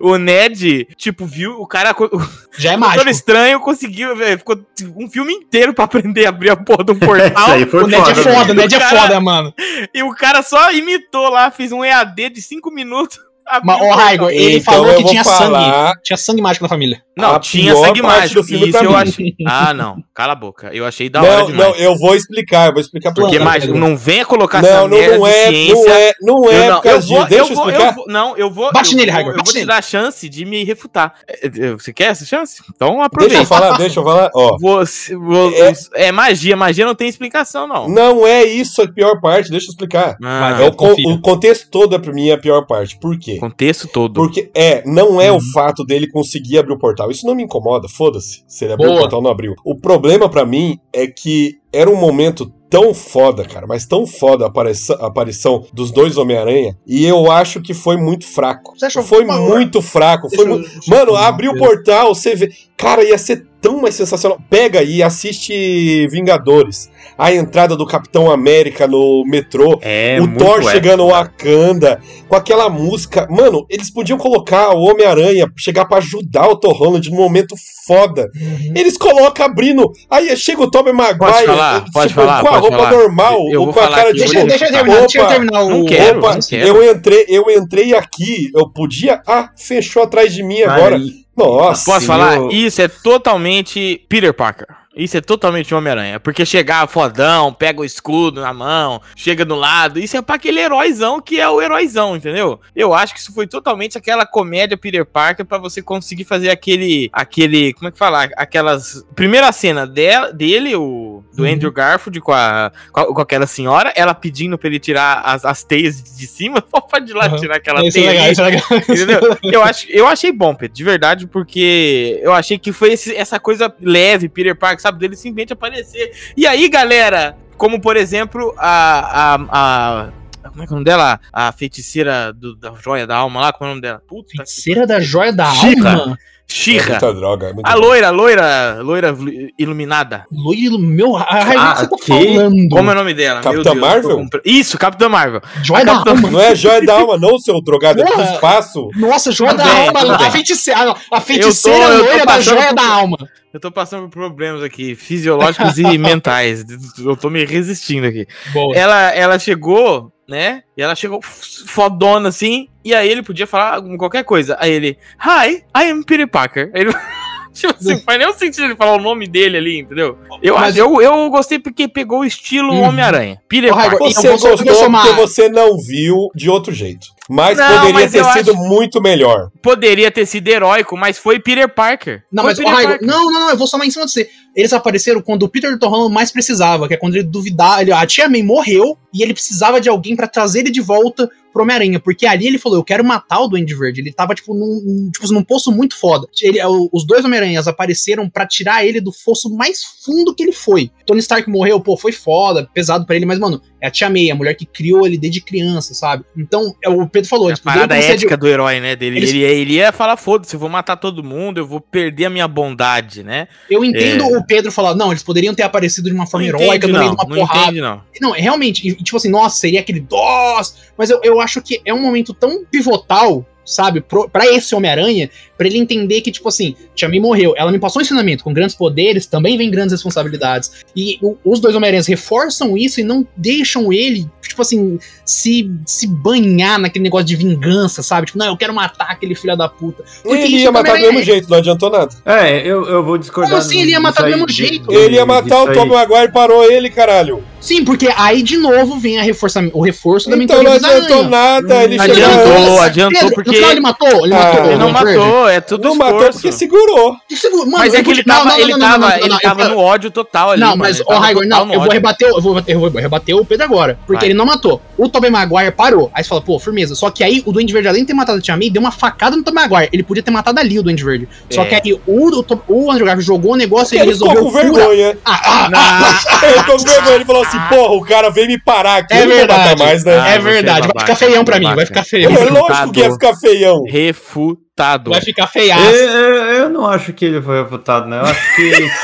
o Ned, tipo, viu o cara. co- O
Já é
Doutor
mágico.
Estranho conseguiu, velho. Ficou um filme inteiro pra aprender a abrir a porra do
Isso
portal.
aí foi
O Ned é
foda. né?
foda, o Ned é
Cara-
foda, mano.
e o cara só imitou lá, fez um EAD de 5 minutos. abriu o
Mas, ô,
portal.
Raigo, ele
Então
falou
eu
que
vou
tinha sangue.
falar
Tinha sangue mágico na família.
Não,
a
tinha
pior
sangue
parte
mágico.
do filme
Isso
pra
eu
mim.
achei. Ah, não. Cala a boca. Eu achei da hora
não,
demais.
não, eu vou explicar, eu vou explicar por
Porque
quê.
Não,
mágico,
não,
não venha colocar
Não,
essa merda
não, não
de
é,
ciência.
não é, não é,
Eu
por causa
vou,
disso. Deixa eu,
eu vou,
explicar.
eu vou- não, eu vou.
Bate
eu,
nele,
vou-
Raigor,
Eu vou
bate
te
nele.
dar a chance de me refutar. Eh, eh, Você quer essa chance? Então
Deixa eu
aproveita.
falar, deixa eu falar. Ó,
Você- vo- é... magia, magia não tem explicação, não.
não é isso a pior parte, deixa eu explicar.
Ah,
É o, co-
confia.
o contexto todo é pra mim é a pior parte. Por quê?
contexto todo.
Porque é, não é o fato dele conseguir abrir o portal. Isso não me incomoda, foda-se. Se ele abriu
Boa.
o portal, não abriu. O problema pra mim é que era um momento tão foda, cara, mas tão foda a aparição, a aparição dos dois Homem-Aranha, e eu acho que foi muito fraco.
Você achou
foi
uma
muito fraco, foi mu- Mano, abriu o portal, você vê. Cara, ia ser tão mais sensacional. Pega e assiste Vingadores. A entrada do Capitão América no metrô.
É,
o
muito
Thor
épico.
chegando ao Wakanda. Com aquela música. Mano, eles podiam colocar o Homem-Aranha. Chegar pra ajudar o Thor Holland num momento foda. Eles colocam abrindo. Aí chega o Tobey Maguire.
falar, pode falar,
Com a
pode
roupa
falar.
normal.
Eu
ou
vou
com a
falar
cara
aqui,
de.
eu vou
Deixa, deixa eu
Opa,
terminar, deixa eu terminar o.
não quero.
Opa,
quero.
eu entrei, eu entrei aqui, eu podia. Ah, fechou atrás de mim agora.
Aí,
Nossa.
Posso
Sim,
falar?
eu-
Isso é totalmente Peter Parker. Isso é totalmente Homem-Aranha. Porque chegar fodão, pega o escudo na mão, chega do lado. Isso é pra aquele heróizão que é o heróizão, entendeu? Eu acho que isso foi totalmente aquela comédia Peter Parker pra você conseguir fazer aquele. aquele. Como é que fala? Aquelas. Primeira cena dela, dele, o. Do
Uhum.
Andrew Garfield com, a, com, a- com aquela senhora, ela pedindo pra ele tirar as, as teias de cima. Pode ir lá
Uhum.
tirar aquela
Isso é
teia.
legal,
ali.
isso é legal.
Entendeu? Eu, acho, eu achei bom, Pedro, de verdade, porque eu achei que foi esse- essa coisa leve, Peter Parker, sabe? Dele simplesmente aparecer. E aí, galera, como por exemplo, a. a, a- como é que é o nome dela? A feiticeira do- da joia da alma lá, como é o nome dela? Puta. que-
Feiticeira da joia da
Chica.
alma.
É
Xirra.
muita droga. é muita
A
droga.
loira, loira, loira vlu- iluminada.
Loiro, meu. Ai,
Ah,
o que você tá
que-
falando?
Como é o nome dela?
Capitã
eu tô
Marvel?
compre- Isso, Capitã Marvel.
Joia da
Capitã-
alma.
Não é joia da alma, não, seu drogado. É do
Porra.
espaço.
Nossa, joia
Tudo
da
bem, tudo
alma.
bem.
A feiticeira, ah, não, a feiticeira
eu tô
loira da
passando
joia
por-
da alma.
Eu tô passando por problemas aqui, fisiológicos e mentais. Eu tô me resistindo aqui.
Boa.
ela, ela chegou, né? E ela chegou f- fodona assim. E aí ele podia falar qualquer coisa. Aí ele, Hi, I am Peter Parker. Aí Ele, tipo assim, faz nenhum sentido ele falar o nome dele ali, entendeu? Eu,
Mas-
acho- eu, eu gostei porque pegou o estilo
Uhum.
Homem-Aranha. Peter
Ô,
Parker.
Raigo, eu
Você
vou- eu vou
gostou porque
somar.
você não viu de outro jeito. Mas
Não,
poderia
mas
ter
eu
sido muito melhor.
Poderia ter sido heróico, mas foi Peter Parker.
Não,
Foi
mas,
Peter
ô, Raigo,
Parker.
não, não, não, eu vou somar em cima de você. Eles apareceram quando o Peter Torrano mais precisava, que é quando ele duvidava. Ele, a tia May morreu e ele precisava de alguém pra trazer ele de volta pro Homem-Aranha. Porque ali ele falou: Eu quero matar o Duende Verde. Ele tava, tipo, num, num- tipo, num poço muito foda. Ele- o- os dois Homem-Aranhas apareceram pra tirar ele do fosso mais fundo que ele foi. Tony Stark morreu, pô, foi foda, pesado pra ele, mas, mano, é a tia May, a mulher que criou ele desde criança, sabe? Então, é, o Pedro falou:
É a
eles poderiam
parada
ter sido-
ética do herói, né? Dele.
Eles-
Ele, ele ia falar, foda-se, eu vou matar todo mundo, eu vou perder a minha bondade, né?
Eu entendo o Pedro falar, não, eles poderiam ter aparecido de uma
Não
forma heróica
entende,
no meio
não.
de uma
Não
porrada.
entende, não.
Não, é realmente, e, e, tipo assim, nossa, seria aquele DOS. Mas eu, eu acho que é um momento tão pivotal, sabe, pro, pra esse Homem-Aranha, pra ele entender que, tipo assim, Tia May morreu, ela me passou um ensinamento, com grandes poderes também vem grandes responsabilidades. E o- os dois Homem-Aranhas reforçam isso e não deixam ele, tipo assim, se, se banhar naquele negócio de vingança, sabe? Tipo, não, eu quero matar aquele filho da puta. Porque
Um ele
isso
ia matar do
também
mesmo
é-
jeito, não adiantou nada.
É, eu, eu vou discordar.
Como assim ele ia
disso
matar do
aí,
mesmo
de-
jeito?
de-
Ele ia matar
disso
o
aí.
Tobey Maguire, parou ele, caralho.
Sim, porque aí de novo vem a reforça, o reforço da
Então não
mentoria do
adiantou
Aranha.
nada. Ele
Adiantou,
chegou.
Pedro,
adiantou
no
porque-
final ele matou, ele
Ah,
matou.
Ele não
o Verde.
matou, é tudo
Não matou
esforço.
porque segurou.
Que seguro- Mano,
mas é
eu
que
vou-
ele
não,
tava,
não, não,
ele
não, não,
tava,
não, não,
ele
não,
tava
eu-
no ódio total ali,
Não,
mano,
mas,
ele
ô,
tava
Raigor,
total
não,
no
eu vou
ódio.
rebater, eu vou, bater- eu vou rebater o Pedro agora, porque
Vai.
ele não matou. O Tobey Maguire parou, aí você fala, pô, firmeza. Só que aí o Duende Verde, além de ter matado o Tia May, deu uma facada no Tobey Maguire. Ele podia ter matado ali o Duende Verde. Só
É.
que aí o, o, To- o Andrew Garfield jogou o negócio e ele
Ele ficou
resolveu
com
curar.
vergonha.
Ah, ah,
Ah,
Ele ficou com vergonha. Ele falou assim: porra, o cara veio me parar aqui.
É
eu não vou matar
verdade.
mais, né?
Ah, você
é
é
verdade, vai
babaca,
ficar feião pra mim, vai
babaca.
ficar
É
feião.
Ele-
lógico que ia
Refutado.
ficar feião.
refutado.
Vai ficar
Eu,
É,
feiaço.
eu- eu não acho que ele foi refutado, né? Eu acho que.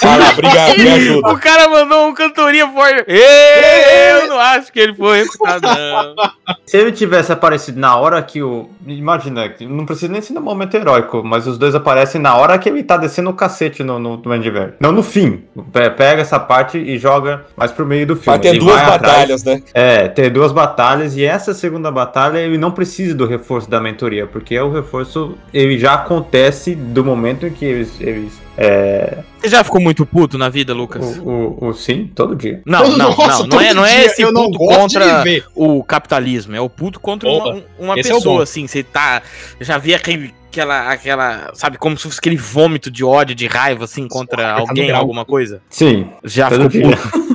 Fala, obrigado, me ajuda.
O cara mandou um cantoria forte. Eu não acho que ele foi refutado, não.
Se ele tivesse aparecido na hora que o. Imagina, que não precisa nem ser no momento heróico, mas os dois aparecem na hora que ele tá descendo o cacete no, no, no Andy Verde. Não no fim. Pe- Pega essa parte e joga mais pro meio do filme.
Vai ter
Ele
duas
vai atrás.
batalhas, né?
É, ter duas batalhas e essa segunda batalha ele não precisa do reforço da mentoria, porque o reforço ele já acontece do momento em que eles. eles é,
Você já ficou muito puto na vida, Lucas?
o, o, o- sim, todo dia.
Não, não, não.
Nossa,
Não é,
todo
não é
dia
esse
eu não
puto
gosto
contra
de ver.
o capitalismo. É o puto contra uma-
Opa,
uma,
esse é o
pessoa,
bom.
assim. Você tá. Já vê aquele. Aquela, aquela, sabe, como se fosse aquele vômito de ódio, de raiva, assim, contra
Apertando
alguém,
tá grau.
alguma coisa.
Sim,
Já
todo
ficou
dia.
puto.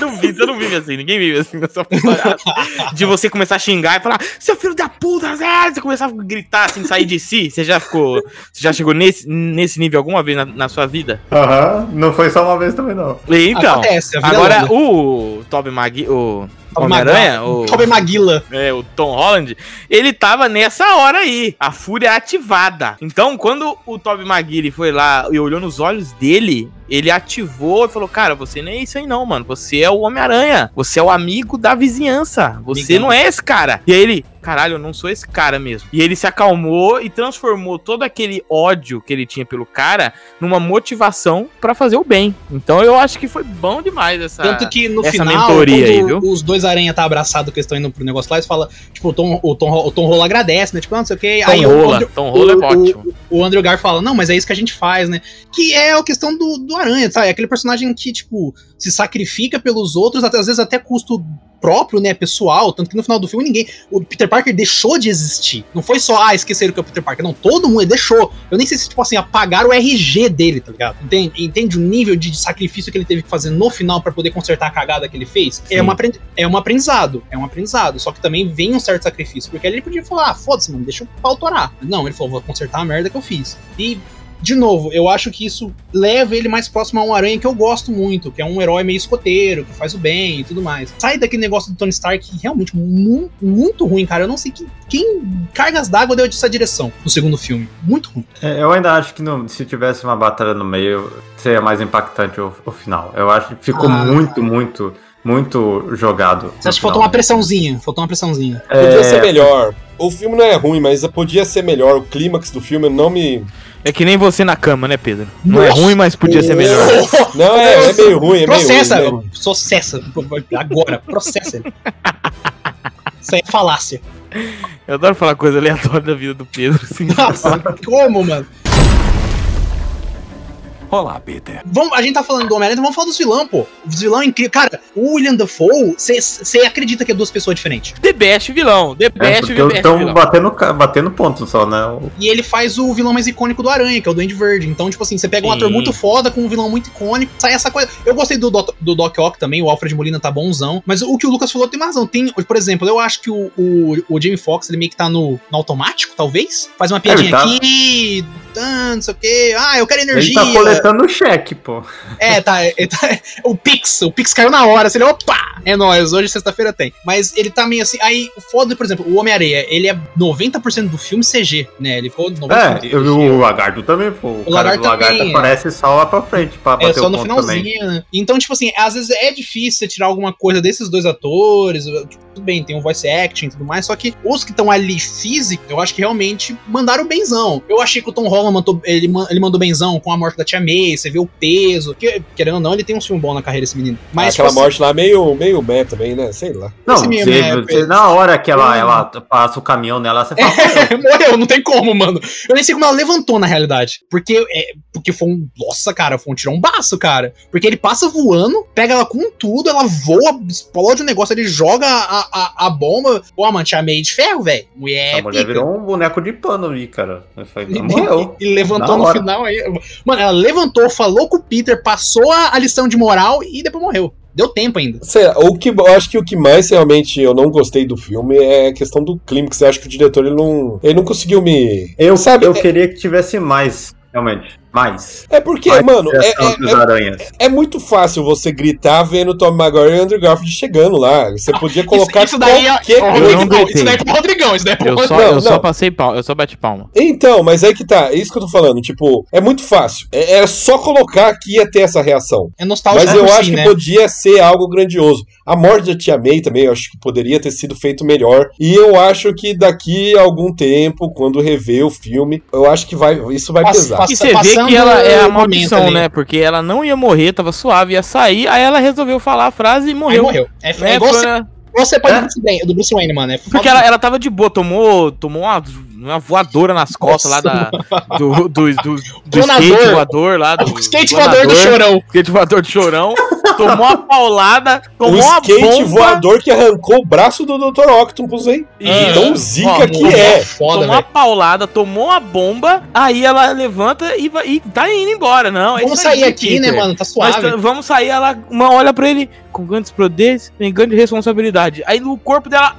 Duvido, você não vive assim, ninguém vive assim nessa porra. De você começar a xingar e falar, seu filho da puta, Zé", você começar a gritar assim, sair de si. Você já ficou. Você já chegou nesse, nesse nível alguma vez na, na sua vida?
Aham, não foi só uma vez também não.
E então.
Acontece, a vida é
Agora,
longa.
o Tobey Magui... O
Tobey
Homem-Aranha,
Maguila-
o,
Tobey Maguila.
é, o Tom Holland, ele tava nessa hora aí, a fúria ativada. Então, quando o Tobey Maguire foi lá e olhou nos olhos dele, ele ativou e falou, cara, você não é isso aí não, mano. Você é o Homem-Aranha. Você é o amigo da vizinhança. Você
Amigão.
não é esse cara. E aí ele... Caralho, eu não sou esse cara mesmo. E ele se acalmou e transformou todo aquele ódio que ele tinha pelo cara numa motivação pra fazer o bem. Então eu acho que foi bom demais essa.
Tanto que no
essa
final,
mentoria aí, viu?
os dois aranha tá abraçado que eles estão indo pro negócio lá, eles falam, tipo, o Tom, o Tom, o Tom Rolo agradece, né? Tipo, ah, não sei o que.
Tom
Aí o
Rola,
Andrew-
Tom Rola é
o-
ótimo.
o Andrew Gar fala, não, mas é isso que a gente faz, né? Que é a questão do, do Aranha, sabe? É Aquele personagem que, tipo, se sacrifica pelos outros, até, às vezes até custo próprio, né, pessoal, tanto que no final do filme ninguém, o Peter Parker deixou de existir. Não foi só, ah, esqueceram que é o Peter Parker, não, todo mundo ele deixou. Eu nem sei se, tipo assim, apagaram o RG dele, tá ligado? Entende, entende o nível de sacrifício que ele teve que fazer no final pra poder consertar a cagada que ele fez?
Sim.
É, uma, apren- é um aprendizado, é um aprendizado, só que também vem um certo sacrifício, porque ali ele podia falar, ah, foda-se, mano, deixa eu pautorar. Não, ele falou, vou consertar a merda que eu fiz. E de novo, eu acho que isso leva ele mais próximo a um aranha que eu gosto muito, que é um herói meio escoteiro, que faz o bem e tudo mais. Sai daquele negócio do Tony Stark que realmente mu muito ruim, cara. Eu não sei que, quem cargas d'água deu essa direção no segundo filme. Muito ruim.
É, Eu ainda acho que não- se tivesse uma batalha no meio, seria mais impactante o, o final. Eu acho que ficou
Ah.
muito, muito, muito jogado.
Você acha
no
que faltou uma
final.
pressãozinha? Faltou uma pressãozinha.
Podia
É,
ser melhor. O filme não é ruim, mas podia ser melhor. O clímax do filme não me.
É que nem você na cama, né, Pedro? Não é
Nossa.
ruim, mas podia ser melhor.
Não, é, é meio ruim, é meio
processa,
ruim. né?
velho. Processa. Agora, processa. ele. Isso aí é falácia.
Eu adoro falar coisa aleatória da vida do Pedro. Assim.
Nossa, como, mano?
Olá, Peter.
Vamos, a gente tá falando do Homem-Aranha, então vamos falar dos vilão, pô. Os vilão é incrível. Cara, o William Dafoe, você acredita que é duas pessoas diferentes.
The Best vilão. The
É,
Best,
porque
the best
estão
vilão.
batendo, ca- batendo ponto só, né? O-
E ele faz o vilão mais icônico do Aranha, que é o Duende Verde. Então, tipo assim, você pega um
Sim.
ator muito foda com um vilão muito icônico, sai essa coisa. Eu gostei do, Doc- do Doc Ock também, o Alfred Molina tá bonzão. Mas o que o Lucas falou tem razão. Tem, por exemplo, eu acho que o, o, o Jamie Foxx, ele meio que tá no, no automático, talvez. Faz uma piadinha
tá-
aqui, ah, não sei o quê. Ah, eu quero
Ele
energia.
tá coletando o cheque, pô.
É, tá, é, tá. O Pix, o Pix caiu na hora. Assim, ele, opa, é nóis, hoje sexta-feira tem. Mas ele tá meio assim. Aí, o foda, por exemplo, o Homem-Areia, ele é 90% do filme CG, né? Ele ficou 90%
É,
CG.
eu vi o lagarto também, pô. O, cara
lagarto
do lagarto
também, é.
aparece só lá pra frente, pra
É
bater
só
o
no
ponto também.
finalzinho. né? Então, tipo assim, às vezes é difícil você tirar alguma coisa desses dois atores. Tipo, tudo bem, tem um voice acting e tudo mais. Só que os que estão ali físico, eu acho que realmente mandaram benzão. Eu achei que o Tom Holland mandou, ele, man- ele mandou benzão com a morte da Tia May. Você vê o peso. Que, querendo ou não, ele tem um filme bom na carreira, esse menino.
Ah,
Mas,
Aquela
tipo assim,
morte lá é meio, meio meh também, né? Sei lá.
Não,
Esse mesmo,
você-
né,
você-
Pedro?
na hora que ela,
Hum.
ela passa o caminhão nela, você fala.
É, morreu, não tem como, mano. Eu nem sei como ela levantou na realidade. Porque é, porque foi um. Nossa, cara, foi um tirombaço, cara. Porque ele passa voando, pega ela com tudo, ela voa, explode o negócio, ele joga a, a, a bomba. Pô, mano, tinha meio de ferro, velho. Mulher.
a mulher
É pica.
virou um boneco de pano ali, cara. Eu falei,
E-
morreu.
E, e levantou
Na
no
hora.
final aí. Mano, ela levantou, falou com o Peter, passou a, a lição de moral e depois morreu. Deu tempo ainda.
Sei lá, o que, eu acho que o que mais realmente eu não gostei do filme é a questão do clímax. Eu acho que o diretor ele não, ele não conseguiu me.
Eu,
Sabe,
eu
é-
queria que tivesse mais, realmente. mais.
É porque,
Mas
mano, é,
Criação
é-
dos aranhas.
é muito fácil você gritar vendo Tom Maguire e Andrew Garfield chegando lá. Você podia colocar
isso daí é-
qualquer
Ô,
Eu
coisa.
não
Rodrigão,
gritei.
isso daí é pro Rodrigão, isso daí é pro
Eu
Rodrigão.
só, eu
Não,
só
não.
passei palma, eu só bati palma.
Então, mas aí que tá, é isso que eu tô falando. Tipo, é muito fácil. É, era só colocar que ia ter essa reação.
É nostálgico
Mas eu
tipo
por si,
assim,
acho
né?
que podia ser algo grandioso. A morte da Tia May também, eu acho que poderia ter sido feito melhor. E eu acho que daqui a algum tempo, quando rever o filme, eu acho que vai, isso vai
Passa-
pesar.
passa-
E você vê
passando
que ela é a
o momento
maldição,
ali.
né? Porque ela não ia morrer, tava suave, ia sair, aí ela resolveu falar a frase e
Aí
morreu.
morreu. É, é
Né?
igual
Foi-
você, você pode
É?
do Bruce Wayne- do Bruce Wayne, mano. É
Porque ela, ela tava de boa, tomou, tomou uma, uma voadora nas costas
Nossa,
lá da, do, do, do, do
Tronador.
skate voador lá. Tá Do,
O skate voador do chorão.
Skate voador do chorão. Tomou uma paulada,
O
tomou uma
skate
bomba.
voador que arrancou o braço do Dr. Octopus, hein?
Isso.
Então
Ó,
zica que
tomou-
é.
É. Foda,
tomou uma
velho.
paulada, tomou uma bomba, aí ela levanta e, vai, e tá indo embora. Não, é
Vamos
isso aí,
sair aqui, né,
Peter.
mano? Tá
Mas
suave.
tá- vamos sair, ela uma olha pra ele com grandes poderes, tem grande responsabilidade. Aí no corpo dela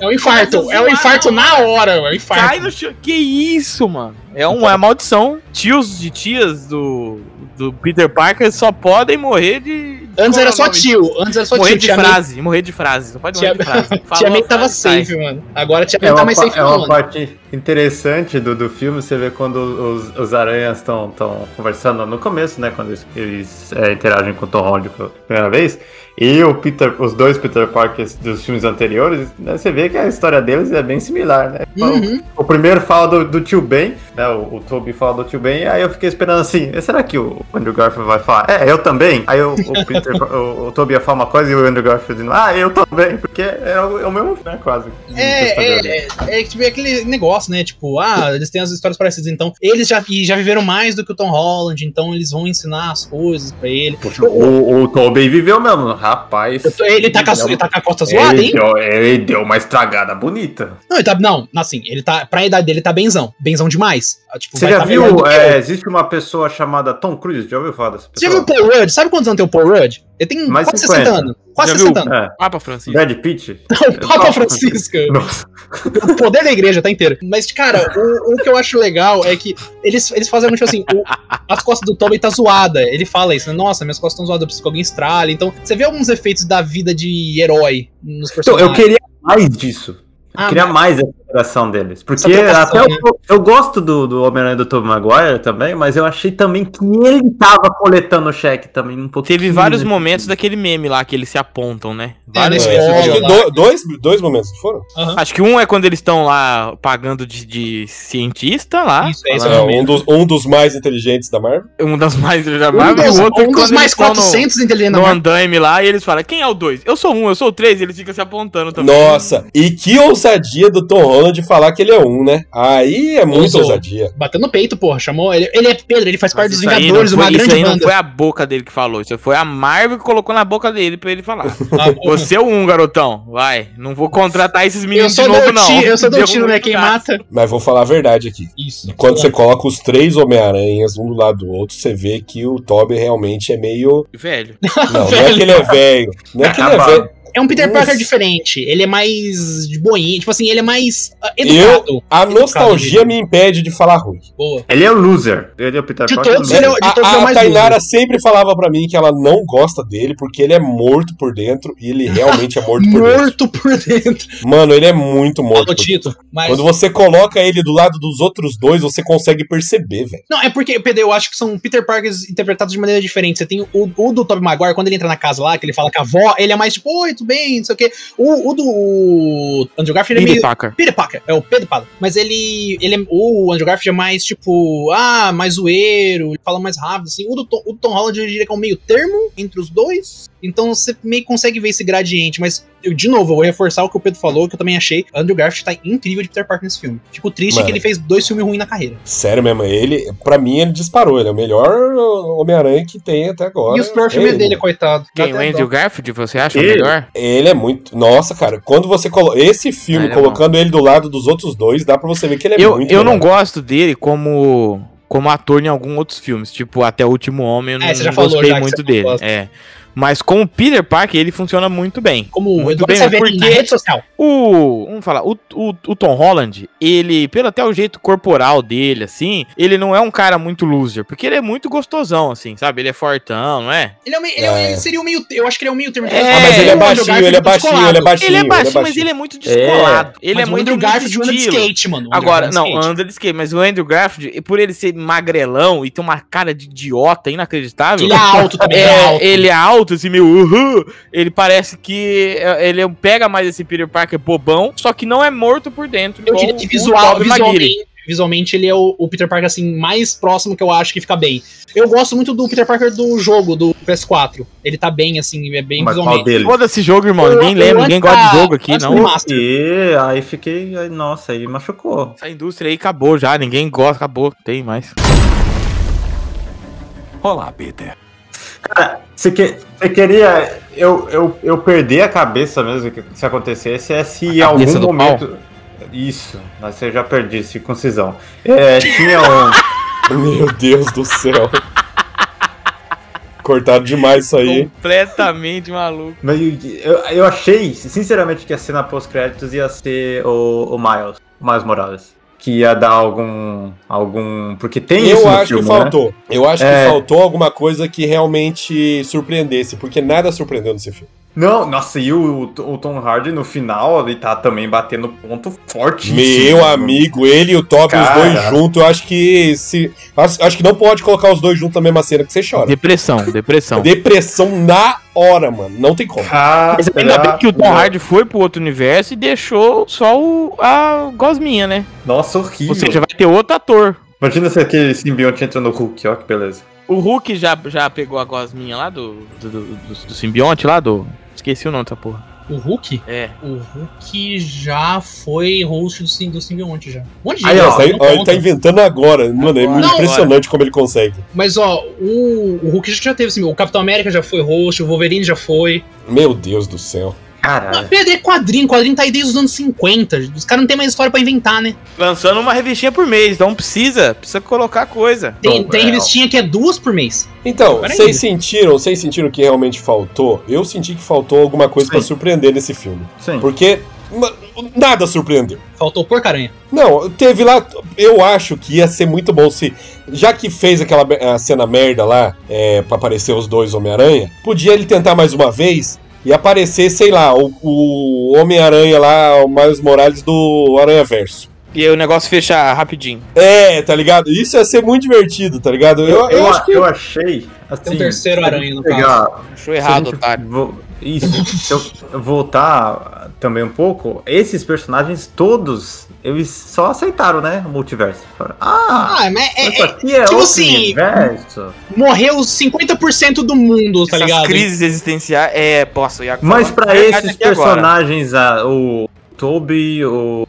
É um infarto. É um infarto na hora, é um
cai
infarto.
no chão. Que isso, mano? É uma maldição. Tios de tias do, do Peter Parker só podem morrer de.
Antes era só
Como é o nome?
tio. Antes era só
Morrer
tio.
de
Tia May-
frase, morrer de frase. Não pode morrer
Tia-
de frase. Falou
Tia May
a
tava
frase, sai.
safe, mano. Agora a Tia May
É
não tá
uma,
mais
pa-
safe,
é uma
não, mano.
parte interessante do, do filme, você vê quando os, os aranhas estão conversando no começo, né? Quando eles, eles, é, interagem com o Tom Holland pela primeira vez. E o Peter, os dois Peter Parkers dos filmes anteriores, né, você vê que a história deles é bem similar, né?
Uhum.
O primeiro fala do, do tio Ben, né? O, o Toby fala do tio Ben, e aí eu fiquei esperando assim, será que o Andrew Garfield vai falar? É, eu também? Aí o, o, Peter, o, o Toby ia falar uma coisa e o Andrew Garfield dizendo, ah, eu também, porque era o, é o mesmo, né, quase.
É, é, é, é, tipo, é aquele negócio, né? Tipo, ah, eles têm as histórias parecidas, então eles já, e já viveram mais do que o Tom Holland, então eles vão ensinar as coisas pra ele.
Poxa, o, o Toby viveu mesmo, rapaz.
Eu tô- Ele tá, com a, ele tá com a costa zoada,
é um- ele,
hein?
deu, ele deu uma estragada bonita.
Não, ele tá, não, assim, ele tá, pra idade dele tá benzão, benzão demais. Ah, Tipo,
Você
vai
já
tá melhor do
viu?
que
é,
eu.
existe uma pessoa chamada Tom Cruise, já ouviu falar dessa
Você já
pessoa?
viu o Paul Rudd? Sabe quantos anos tem o Paul Rudd? Ele tem
Mais
quase
50.
60 anos. Quase
Já viu?
60 anos.
É,
Papa Francisco.
Brad Pitt?
O Papa Francisco.
Nossa.
O poder da igreja tá inteiro. Mas, cara, o, o que eu acho legal é que eles, eles fazem muito assim: o- as costas do Toby tá zoada. Ele fala isso, né? Nossa, minhas costas estão zoadas, eu preciso que alguém estrale. Então, você vê alguns efeitos da vida de herói nos
Então,
personagens.
eu queria mais disso.
Ah,
queria mais essa interação deles. Porque
trocação,
até
né?
eu, eu gosto do, do Homem-Aranha do Tobey Maguire também, mas eu achei também que ele tava coletando o cheque também um pouquinho.
Teve vários momentos daquele meme lá que eles se apontam, né? Vários
É, nesse
memes.
Olha
É, Acho que
lá.
do- dois, dois momentos foram?
Acho que um é quando eles estão lá pagando de, de cientista lá.
Isso, é isso
falando-
Não, um, dos, um dos mais inteligentes da Marvel.
Um das mais da
um
Marvel,
dos,
e o outro é
um dos
quando
mais né?
eles tão no-
400 inteligentes
No
da
andaime lá, e eles falam, quem é o dois? Eu sou um, eu sou o três, e eles ficam se apontando também.
Nossa, e que ousadia do Tom Holland de falar que ele é um, né? Aí é muita
Usou.
ousadia.
Bateu no peito, porra. Chamou. Ele, ele é Pedro, ele faz
Mas
parte dos
isso aí
Vingadores,
não foi-
uma
Isso
grande
aí não
banda.
foi a boca dele que falou, isso foi a Marvel que colocou na boca dele pra ele falar.
Ah, porra.
Você é o um, garotão, vai. Não vou contratar esses
Eu
meninos
sou
de novo, não.
doutino, eu sou
Deu um
doutino, né?
muito
Quem
gato.
mata.
Mas vou falar a verdade aqui.
Isso.
Quando você coloca os três Homem-Aranhas um do lado do outro, você vê que o Toby realmente é meio.
Velho,
Não, não é que ele é velho. Não é que ele é
Acabado.
velho.
É um Peter
Nossa.
Parker diferente. Ele é mais de boinha. Tipo assim, ele é mais ah,
Eu-
educado.
A
Ele
nostalgia
sabe.
me impede de falar ruim.
Boa.
Ele é o loser. Ele é o Peter
De
Parker.
todos,
loser.
ele é o-
A,
tô vendo
a
mais
Tainara sempre falava pra mim que ela não gosta dele porque ele é morto por dentro e ele realmente é morto por dentro.
Morto por dentro.
Mano, ele é muito morto.
Falou
Por dentro.
Tito. Mas.
Quando você coloca ele do lado dos outros dois, você consegue perceber, velho.
Não, é porque, Pedro, eu acho que são Peter Parkers interpretados de maneira diferente. Você tem o, o do Tobey Maguire, quando ele entra na casa lá, que ele fala com a avó, ele é mais tipo, oi, tudo bem, não sei o quê. O, o do o Andrew Garfield, ele é meio.
Packer.
Peter Parker, é o Pedro Parker. Mas ele. ele é- o Andrew Garfield é mais tipo. Ah, mais zoeiro, ele fala mais rápido, assim. O do Tom, o do Tom Holland eu diria que é um meio termo entre os dois. Então você meio que consegue ver esse gradiente. Mas, eu, de novo, eu vou reforçar o que o Pedro falou, que eu também achei. Andrew Garfield tá incrível de Peter Parker nesse filme. Fico triste
Mano.
que ele fez dois filmes ruins na carreira.
Sério mesmo, ele, pra mim, ele disparou. Ele é o melhor Homem-Aranha que tem até agora.
E os piores
É
filmes
ele,
dele,
mano.
coitado. Dá
Quem? O
até
Andrew
dó.
Garfield, você acha o
Ele?
melhor?
Ele é muito. Nossa, cara, quando você coloca. Esse filme,
Ah, ele é
colocando ele do lado dos outros dois, dá pra você ver que ele é
eu,
muito.
eu não
melhor.
gosto dele como como ator em alguns outros filmes, tipo Até o Último Homem, eu não,
É, você já
não
falou
gostei
já que
muito
você não
dele.
gosta.
É. Mas com o Peter Parker, ele funciona muito bem.
Como
Muito
o Eduardo
bem,
Saverini
porque-
na rede social.
O. Vamos falar, o, o, o Tom Holland, ele, pelo até o jeito corporal dele, assim, ele não é um cara muito loser, porque ele é muito gostosão, assim, sabe? Ele é fortão, não é?
Ele, é um meio- ele é um-
É.
ele seria o meio. Eu acho que ele é o meio termo.
É,
Ah, mas ele é
o
baixinho, ele é baixinho, ele é baixinho.
Ele é baixinho,
ele é
mas ele é muito descolado. Ele é
Mas o
muito
Andrew
muito
Garfield anda de
estilo.
skate, mano. O Andrew
Agora,
Garfield anda
não,
de skate.
anda de skate, mas o Andrew Garfield, e por ele ser magrelão e ter uma cara de idiota inacreditável.
Ele é alto também, ele é
é,
alto.
ele é alto, assim, meio uhul. Ele parece que é, ele é um- pega mais esse Peter Parker bobão, só que não é morto por dentro.
Eu
igual
diria que
o
visual,
Tobey Maguire.
visualmente, um visualmente ele é o, o Peter Parker assim mais próximo que eu acho que fica bem. Eu gosto muito do Peter Parker do jogo do PS4. Ele tá bem assim, é bem
Mas tá qual
visualmente.
dele?
Foda-se jogo, irmão. Ninguém
Eu-
lembra,
eu
ninguém
antes
gosta de
da-
jogo aqui,
antes
não.
do Master.
E aí fiquei. Aí, nossa, aí machucou.
Essa indústria aí acabou já, ninguém gosta, acabou, tem mais.
Olá, Peter.
Cara, você, que, você queria. Eu, eu, eu perder a cabeça mesmo que se acontecesse é se em
cabeça
algum
do
momento. Isso, mas eu já perdi, circuncisão. É, tinha um.
Meu Deus do céu. Cortado demais isso aí.
Completamente maluco.
Mas eu, eu achei, sinceramente, que a cena pós-créditos ia ser o, o Miles, o Miles Morales. Que ia dar algum. algum. Porque tem isso.
eu
no
acho
filme,
que
né?
faltou. Eu acho
É.
que faltou alguma coisa que realmente surpreendesse, porque nada surpreendeu nesse filme.
Não, nossa, e o, o Tom Hardy no final, ele tá também batendo ponto forte.
Meu amigo, ele e o Top, os dois
Cara.
juntos, eu acho que se acho, acho que não pode colocar os dois juntos na mesma cena que você chora.
Depressão, depressão.
Depressão na hora, mano. Não tem como.
Cara,
Mas ainda bem que o Tom Hardy foi pro outro universo e deixou só o, a Gosminha, né?
Nossa, horrível.
Ou seja, vai ter outro ator.
Imagina se aquele simbionte entra no Hulk, ó, que beleza.
O Hulk já, já pegou a Gosminha lá do, do, do, do- do simbionte lá do. Esqueci o nome dessa porra.
O Hulk?
É.
O Hulk já foi host do, sim- do simbionte já. Um monte de
Aí,
gente,
ó,
Nossa,
né?
aí-
Não
ó, ele
conta.
tá inventando agora. Mano, é
Agora,
impressionante como ele consegue.
Mas ó, o, o Hulk já teve simbionte. O Capitão América já foi host, o Wolverine já foi.
Meu Deus do céu.
Ah,
Caralho.
Pedro, é quadrinho, quadrinho tá aí desde os anos 50. Os caras não tem mais história pra inventar, né?
Lançando uma revistinha por mês, então precisa, precisa colocar coisa.
Tem,
Não,
tem
é,
revistinha que é duas por mês.
Então,
Peraí.
vocês sentiram, vocês sentiram que realmente faltou? Eu senti que faltou alguma coisa pra
Sim.
surpreender nesse filme.
Sim.
Porque ma- nada surpreendeu.
Faltou porcaranha.
Não, teve lá. Eu acho que ia ser muito bom se. Já que fez aquela be- a cena merda lá, é, pra aparecer os dois Homem-Aranha, podia ele tentar mais uma vez e aparecer, sei lá, o, o Homem-Aranha lá, o Miles Morales do Aranha Verso.
E aí o negócio fecha rapidinho.
É, tá ligado? Isso ia ser muito divertido, tá ligado? Eu, eu acho que.
eu achei. Assim,
Tem um terceiro aranha no
pegar,
Achou errado,
Se a gente
otário.
vo- Isso. Se eu voltar também um pouco, esses personagens todos, eles só aceitaram, né? O multiverso. Falaram, Ah,
Ah, mas é,
isso
é-
aqui é
tipo
outro
assim,
universo.
morreu os 50% do mundo, tá
Essas
ligado?
crises existenciais. É, posso, Iago.
Mas
falando
pra
a verdade
esses
aqui agora.
personagens, ah, o Toby, o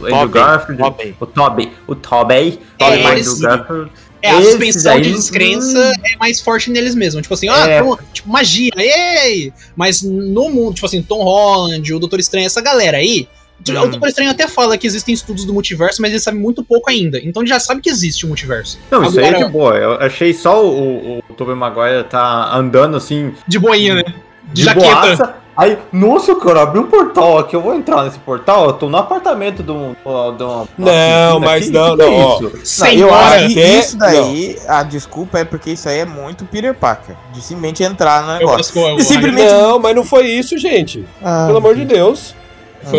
o Andrew Garfield,
Tobey.
o Toby, o Toby,
É,
Toby mais
eles-
do Garfield.
É, a
Esses
suspensão
aí,
de descrença é mais forte neles mesmo. Tipo assim, ah,
É.
pô, tipo, magia, ei! Mas no mundo, tipo assim, Tom Holland, o Doutor Estranho, essa galera aí. O
Hum.
Doutor Estranho até fala que existem estudos do multiverso, mas ele sabe muito pouco ainda. Então ele já sabe que existe o multiverso.
Não, isso aí é
Agora-
de boa. Eu achei só o, o, o Tobey Maguire tá andando assim,
De boinha, né? De,
de
jaqueta.
boaça. Aí, nossa, cara, abri um portal aqui, eu vou entrar nesse portal, eu tô no apartamento um, do... do, do
Não, mas
né?
não,
é
não, ó.
Ah,
Sem
eu
hora.
acho- Até-
isso daí, é- a desculpa é porque isso aí é muito Peter Parker. De simplesmente entrar no
Eu
negócio.
gosto- eu-
E simplesmente-
Não, mas não foi isso, gente.
Ah,
Pelo amor de Deus.
Foi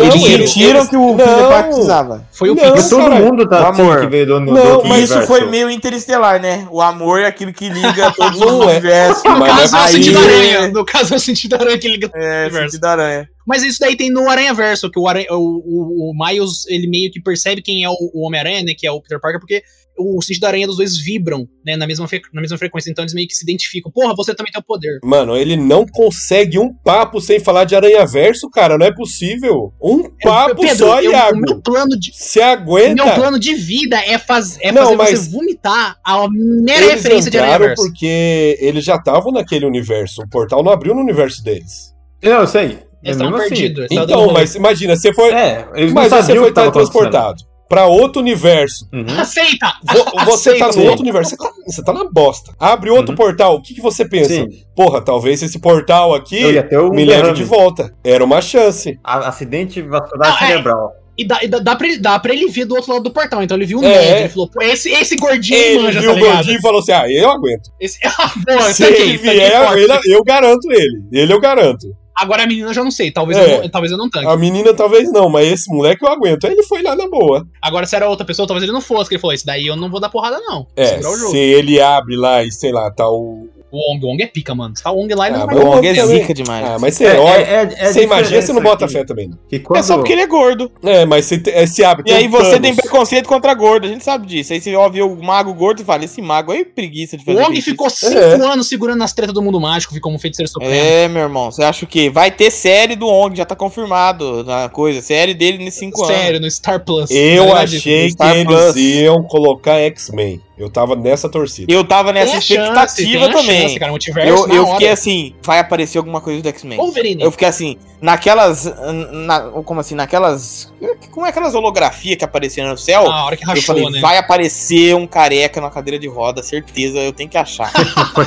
Não,
o
eles
dinheiro.
eles-
sentiram que o Peter
não.
Parker precisava.
Foi o
Não.
Pix.
E todo
Caralho.
mundo tá
Amor.
achando que veio do, do
Não,
outro
Mas isso
universo.
foi meio interestelar, né? O amor é aquilo que liga todos os
Não é.
universos. né?
No
No
Mas
caso é o
aí-
sentido aranha. No caso é o sentido aranha que liga.
É,
Universo.
sentido da aranha.
Mas isso daí tem no Aranha Verso, que o, aranha, o, o, o Miles, ele meio que percebe quem é o, o Homem-Aranha, né? Que é o Peter Parker, porque o sentido da aranha dos dois vibram, né? Na mesma, fre- na mesma frequência. Então eles meio que se identificam. Porra, você também tem o poder.
Mano, ele não consegue um papo sem falar de Aranha Verso, cara. Não é possível. Um papo só,
eu-
Iago.
o meu plano de.
Se
o
aguenta.
Meu plano de vida é, faz, é
Não,
fazer
mas-
você vomitar a mera
Eles
referência de Aranha
entraram
Verso.
porque eles já estavam naquele universo. O portal não abriu no universo deles.
Eu, eu sei. É
Eles estavam
mesmo assim.
perdidos. eles estavam
Então,
dando rolê.
mas imagina, você foi.
É, eles
mas
não
aí você
sabiam o
foi
que tava acontecendo.
transportado pra outro universo.
Uhum.
Aceita!
Vo- você tá
Aceita.
no outro universo. Você tá você tá na bosta. Abre outro
Uhum.
portal, o que, que você pensa? Porra, talvez esse portal
eu
aqui
ia ter um
me leve
derrame.
de volta. Era uma chance.
A- Acidente vascular
Não, é.
cerebral.
E dá, e dá, dá, pra, ele- dá pra ele ver do outro lado do portão. Então ele viu o
É.
médio. Ele falou, pô, esse, esse gordinho
Ele
manja,
viu
tá
o
ligado?
gordinho e falou assim: Ah, eu aguento.
Esse... Ah, boa,
Se
saquei,
ele
saquei
vier,
forte.
ele- eu garanto ele. Ele eu garanto.
Agora a menina eu já não sei. Talvez,
É.
eu, não- talvez eu não
Ah.
tanque.
A menina talvez não, mas esse moleque eu aguento. Aí ele foi lá na boa.
Agora, se era outra pessoa, talvez ele não fosse. Que ele falou, esse daí eu não vou dar porrada, não.
É,
Segurar o jogo.
se ele abre lá e sei lá, tá o.
O Ong, o Ong é pica, mano. Se tá o Ong lá, ele
Ah,
não vai
mas o Ong
é
também.
zica demais.
Ah, mas você olha.
é,
Você imagina, você não bota
fé.
fé também. né?
Que quando...
É só porque ele é gordo.
É, mas se, te- é, se abre.
E aí
um
você tem
Thanos.
preconceito contra gordo, a gente sabe disso. Aí você ouve o mago gordo e fala, esse mago aí é preguiça de
O
fazer
Wong
feitiço."
ficou cinco anos segurando as tretas do mundo mágico, ficou um feiticeiro supremo.
É, meu irmão, você acha o quê? Vai ter série do Ong, já tá confirmado na coisa. Série dele nesses 5 anos.
Sério, no Star Plus.
Eu
Na verdade,
achei que
Star
é eles assim.
Plus.
iam colocar X-Men. Eu tava nessa torcida.
Eu tava
tem
nessa
a chance, tem
expectativa
a
também.
chance, cara, multiverso
eu
na
eu
hora.
fiquei assim, vai aparecer alguma coisa do X-Men.
Wolverine.
Eu fiquei assim, naquelas. na- como assim? Naquelas. Como é aquelas holografias que apareciam no céu?
Na hora que
eu
rachou,
falei,
né?
vai aparecer um careca na cadeira de roda, certeza, eu tenho que achar.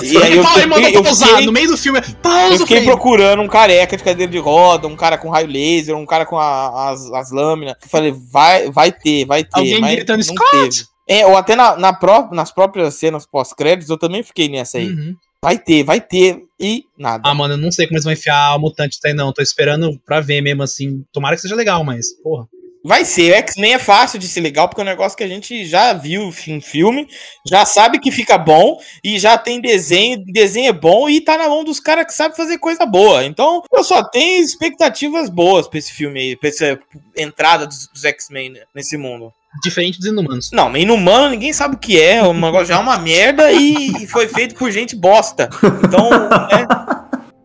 e
Ele
aí eu,
fala, ele
fiquei,
mandou
eu,
pausar
fiquei,
no meio do filme.
eu
Pausa,
fiquei
Fred.
procurando um careca de cadeira de roda, um cara com raio laser, um cara com a- as, as lâminas. Eu falei, vai, vai ter, vai ter.
Alguém
mas
gritando,
não
Scott!
teve. É, ou até na, na pró- nas próprias cenas pós-créditos, eu também fiquei nessa aí.
Uhum.
Vai ter, vai ter, e nada.
Ah, mano, eu não sei como eles vão enfiar o mutante daí, não. Tô esperando pra ver mesmo, assim. Tomara que seja legal, mas, porra.
Vai ser, o X-Men é fácil de ser legal, porque é um negócio que a gente já viu em filme, já sabe que fica bom, e já tem desenho, desenho é bom, e tá na mão dos caras que sabem fazer coisa boa. Então, eu só tenho expectativas boas pra esse filme aí, pra essa entrada dos, dos X-Men né, nesse mundo.
Diferente dos inumanos.
Não, mas Inumano ninguém sabe o que é, o negócio já é uma merda e foi feito por gente bosta. Então, né?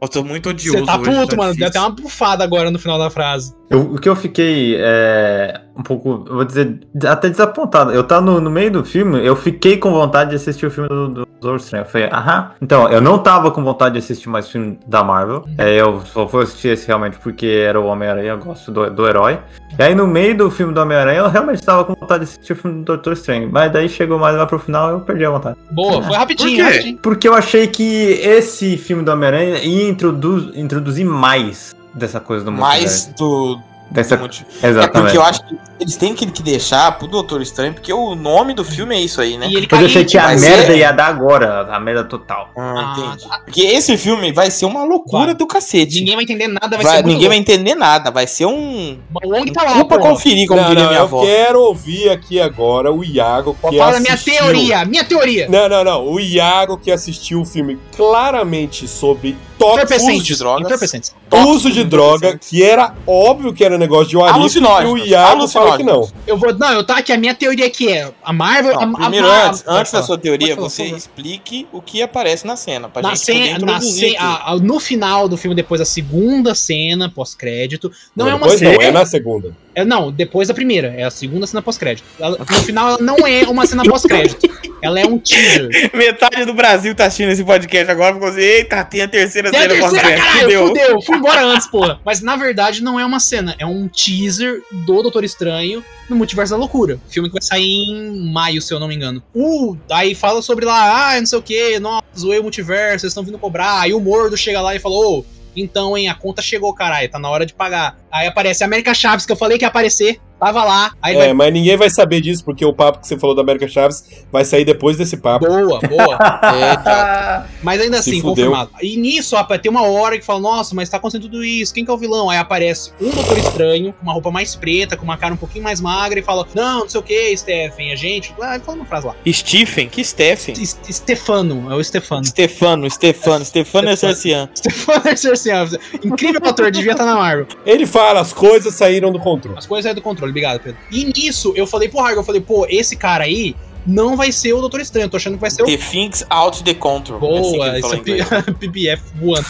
Eu tô muito odioso
Você tá
hoje,
puto, mano.
difícil.
Deu até uma bufada agora no final da frase.
Eu- o que eu fiquei é, um pouco, eu vou dizer, até desapontado. Eu tá no, no meio do filme, eu fiquei com vontade de assistir o filme do, do Doutor Estranho. Eu falei, aham. Então, eu não tava com vontade de assistir mais filme da Marvel. É, eu só fui assistir esse realmente porque era o Homem-Aranha, eu gosto do, do herói. E aí, no meio do filme do Homem-Aranha, eu realmente tava com vontade de assistir o filme do Doutor Estranho. Mas daí chegou mais lá pro final eu perdi a vontade.
Boa, foi
Por
rapidinho,
quê?
rapidinho.
Porque eu achei que esse filme do Homem-Aranha ia introdu- introduzir mais dessa coisa do
Mais do,
multiverso.
do
Dessa...
multi- É
Exatamente.
porque eu acho que eles têm que, que deixar pro Doutor Estranho, porque o nome do filme é isso aí, né?
E ele
Mas eu achei que a
Mas
merda
é-
ia dar agora, a merda total.
Ah,
Ah,
entendi. Porque esse filme vai ser uma loucura
Vai.
do cacete. Ninguém
Ninguém vai entender nada,
vai,
vai, ser muito
ninguém vai entender nada, vai ser um.
louco. O Wong tá lá,
Vou pra
porra.
conferir, como
Não,
diria
não,
minha
eu
avó.
quero ouvir aqui agora o Iago que
Fala da minha
assistiu-
teoria, minha teoria.
Não, não, não. O Iago que assistiu o filme claramente sobre
Uso
tóxico,
de
Entorpecentes,
drogas.
entorpecentes.
uso de droga, que era óbvio que era negócio de Warif, e o
Alucinógenos.
Iago falou que não.
Eu vou. Não, eu tá aqui. A minha teoria aqui é. A Marvel.
Não,
a, a
primeiro,
Marvel-
antes, antes da sua teoria,
Pode falar,
você
por favor.
explique o que aparece na cena. Pra
Na
gente poder
cena, na
introduzir aqui.
ce- a- a- no final do filme, depois da segunda cena pós-crédito. Não, é uma
Depois
cena.
não, é na segunda.
É, não, depois da primeira. É a segunda cena pós-crédito. Ela- No final, ela não é uma cena pós-crédito. Ela é um teaser.
Metade do Brasil tá assistindo esse podcast agora, ficou assim, eita, tem a terceira
É a
cena
terceira,
pós-crédito,
caralho,
fudeu.
fudeu. Fui embora antes, porra. Mas na verdade, não é uma cena. É um teaser do Doutor Estranho no Multiverso da Loucura. Filme que vai sair em maio, se eu não me engano. Uh, aí fala sobre lá, ah, não sei o que, nossa, zoei o multiverso, vocês estão vindo cobrar. Aí o Mordo chega lá e falou, ô. então, hein, a conta chegou, caralho, tá na hora de pagar. Aí aparece a América Chaves, que eu falei que ia aparecer, tava lá, aí vai
É, mas ninguém vai saber disso, porque o papo que você falou da América Chaves vai sair depois desse papo.
Boa, boa.
É, cara.
Mas ainda
Se
assim,
fudeu.
confirmado. E nisso, rapaz, tem uma hora que fala, nossa, mas tá acontecendo tudo isso, quem que é o vilão? Aí aparece um doutor estranho, com uma roupa mais preta, com uma cara um pouquinho mais magra, e fala, não, não sei o que, Stephen, a gente... Ah, ele fala uma frase lá.
Stephen, que Stephen?
Es- Stefano, é o Stefano.
Stefano, Stefano, Stefano é Sarcian.
Stefano é Cerciano. Incrível ator, devia estar na Marvel.
Ele fala, as coisas saíram do controle.
As coisas saem do controle, obrigado, Pedro. E nisso, eu falei pro Hargo, eu falei, pô, esse cara aí não vai ser o Doutor Estranho, eu tô achando que vai ser o
The things out the control. É assim que
Boa,
ele fala
esse
em inglês.
é P- PBF voando.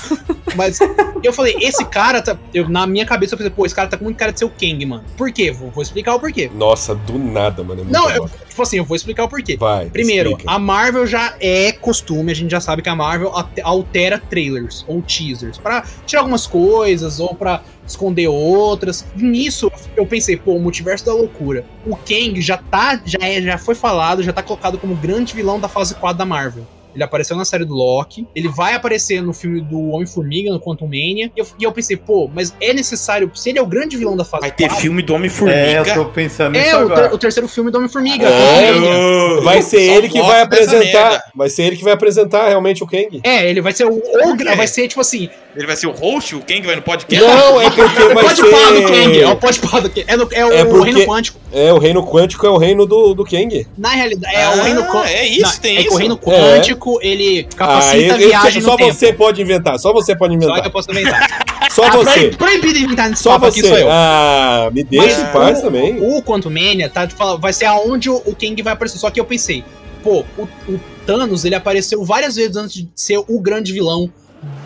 Mas eu falei, esse cara tá. Eu, na minha cabeça eu pensei, pô, esse cara tá com muito cara de ser o Kang, mano. Por quê? Vou, vou explicar o porquê.
Nossa, do nada, mano. é muito
Não, eu-
bosta.
Tipo assim, eu vou explicar o porquê.
Vai.
Primeiro,
explica.
a Marvel já é costume, a gente já sabe que a Marvel ate- altera trailers ou teasers pra tirar algumas coisas ou pra esconder outras. Nisso eu pensei, pô, o multiverso da loucura. O Kang já tá, já é, já foi falado, já tá colocado como grande vilão da fase 4 da Marvel. Ele apareceu na série do Loki, ele vai aparecer no filme do Homem-Formiga, no Quantum Mania. E eu, e eu pensei, pô, mas é necessário, se ele é o grande vilão da fase
Vai ter
4,
filme do
É, eu
Homem-Formiga.
tô pensando nisso
É, o, ter-
agora.
o terceiro filme do Homem-Formiga. Quantumania.
Olha!
Vai ser
Só
ele que vai
gosto dessa merda.
apresentar. Vai ser ele que vai apresentar realmente o Kang.
É, ele vai ser o, o gra-
quê?
vai ser tipo assim,
Ele vai ser o host, o Kang vai no podcast.
Não, é porque
o
vai
pode pá do Kang, é o
ser.
pode pá do Kang, é, no- é o
É porque-
reino quântico.
É, o reino quântico é o reino do, do Kang.
Na realidade, é
Ah,
o reino quântico.
É isso, tem
é que
isso.
o reino quântico, ele
Ah,
capacita
eu,
a
eu-
viagem no
só
tempo.
você pode inventar, só você pode
Só que
inventar.
eu posso inventar.
Só
Ah,
você.
pro- Proibido de inventar nesse
Só
papo aqui sou
você.
eu.
Ah, me deixa em
Mas
paz
o-
também.
O Quantum Mania tá, de falar- vai ser aonde o, o Kang vai aparecer. Só que eu pensei, pô, o, o Thanos ele apareceu várias vezes antes de ser o grande vilão.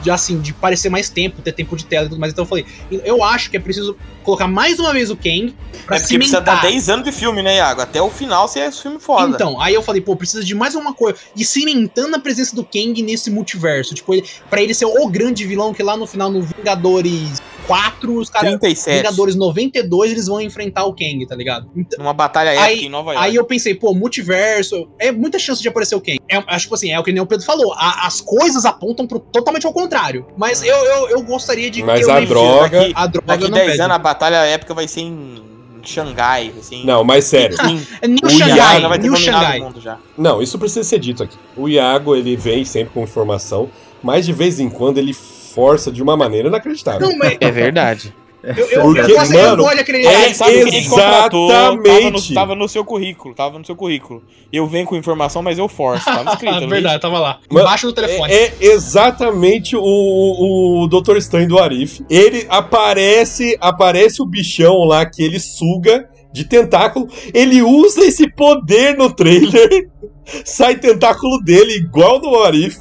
De, assim, de parecer mais tempo, ter tempo de tela e tudo mais. Então eu falei, eu acho que é preciso colocar mais uma vez o Kang pra
É porque precisa dar
cimentar.
10 anos de filme, né, Iago? Até o final você é filme foda.
Então, aí eu falei, pô, precisa de mais uma coisa. E cimentando a presença do Kang nesse multiverso. Tipo, ele, pra ele ser o grande vilão que lá no final, no Vingadores 4, os caras.
37.
Vingadores 92, eles vão enfrentar o Kang, tá ligado? Então,
Numa batalha
Aí-
épica em Nova York.
Aí eu pensei, pô, multiverso, é muita chance de aparecer o Ken. É, acho tipo assim, é o que nem o Pedro falou, a- as coisas apontam pro, totalmente ao contrário. Mas eu, eu, eu gostaria de
Mas
eu
a
me-
droga.
daqui-
a droga
Daqui
não
10
pede.
anos a batalha épica vai ser em, em Xangai. Vai ser em...
Não, mas sério.
Pequim.
É New
O
Xangai,
Iago vai
New Xangai.
o mundo já.
Não, isso precisa ser dito aqui. O Iago, ele vem sempre com informação, mas de vez em quando ele força de uma maneira inacreditável.
Não, mas
É verdade.
eu, eu,
Porque,
eu, gosto- eu
mano,
gosto de acreditar.
é
Ele sabe que ele contratou, tava
exatamente.
no, tava no seu currículo, tava no seu currículo. Eu venho com informação, mas eu forço, tava escrito.
Ah,
não
verdade, tava lá.
Mano,
Embaixo do telefone.
É, é exatamente o, o, o Dr. Stan do Arif. Ele aparece, aparece o bichão lá que ele suga de tentáculo. Ele usa esse poder no trailer. Sai tentáculo dele igual do Arif.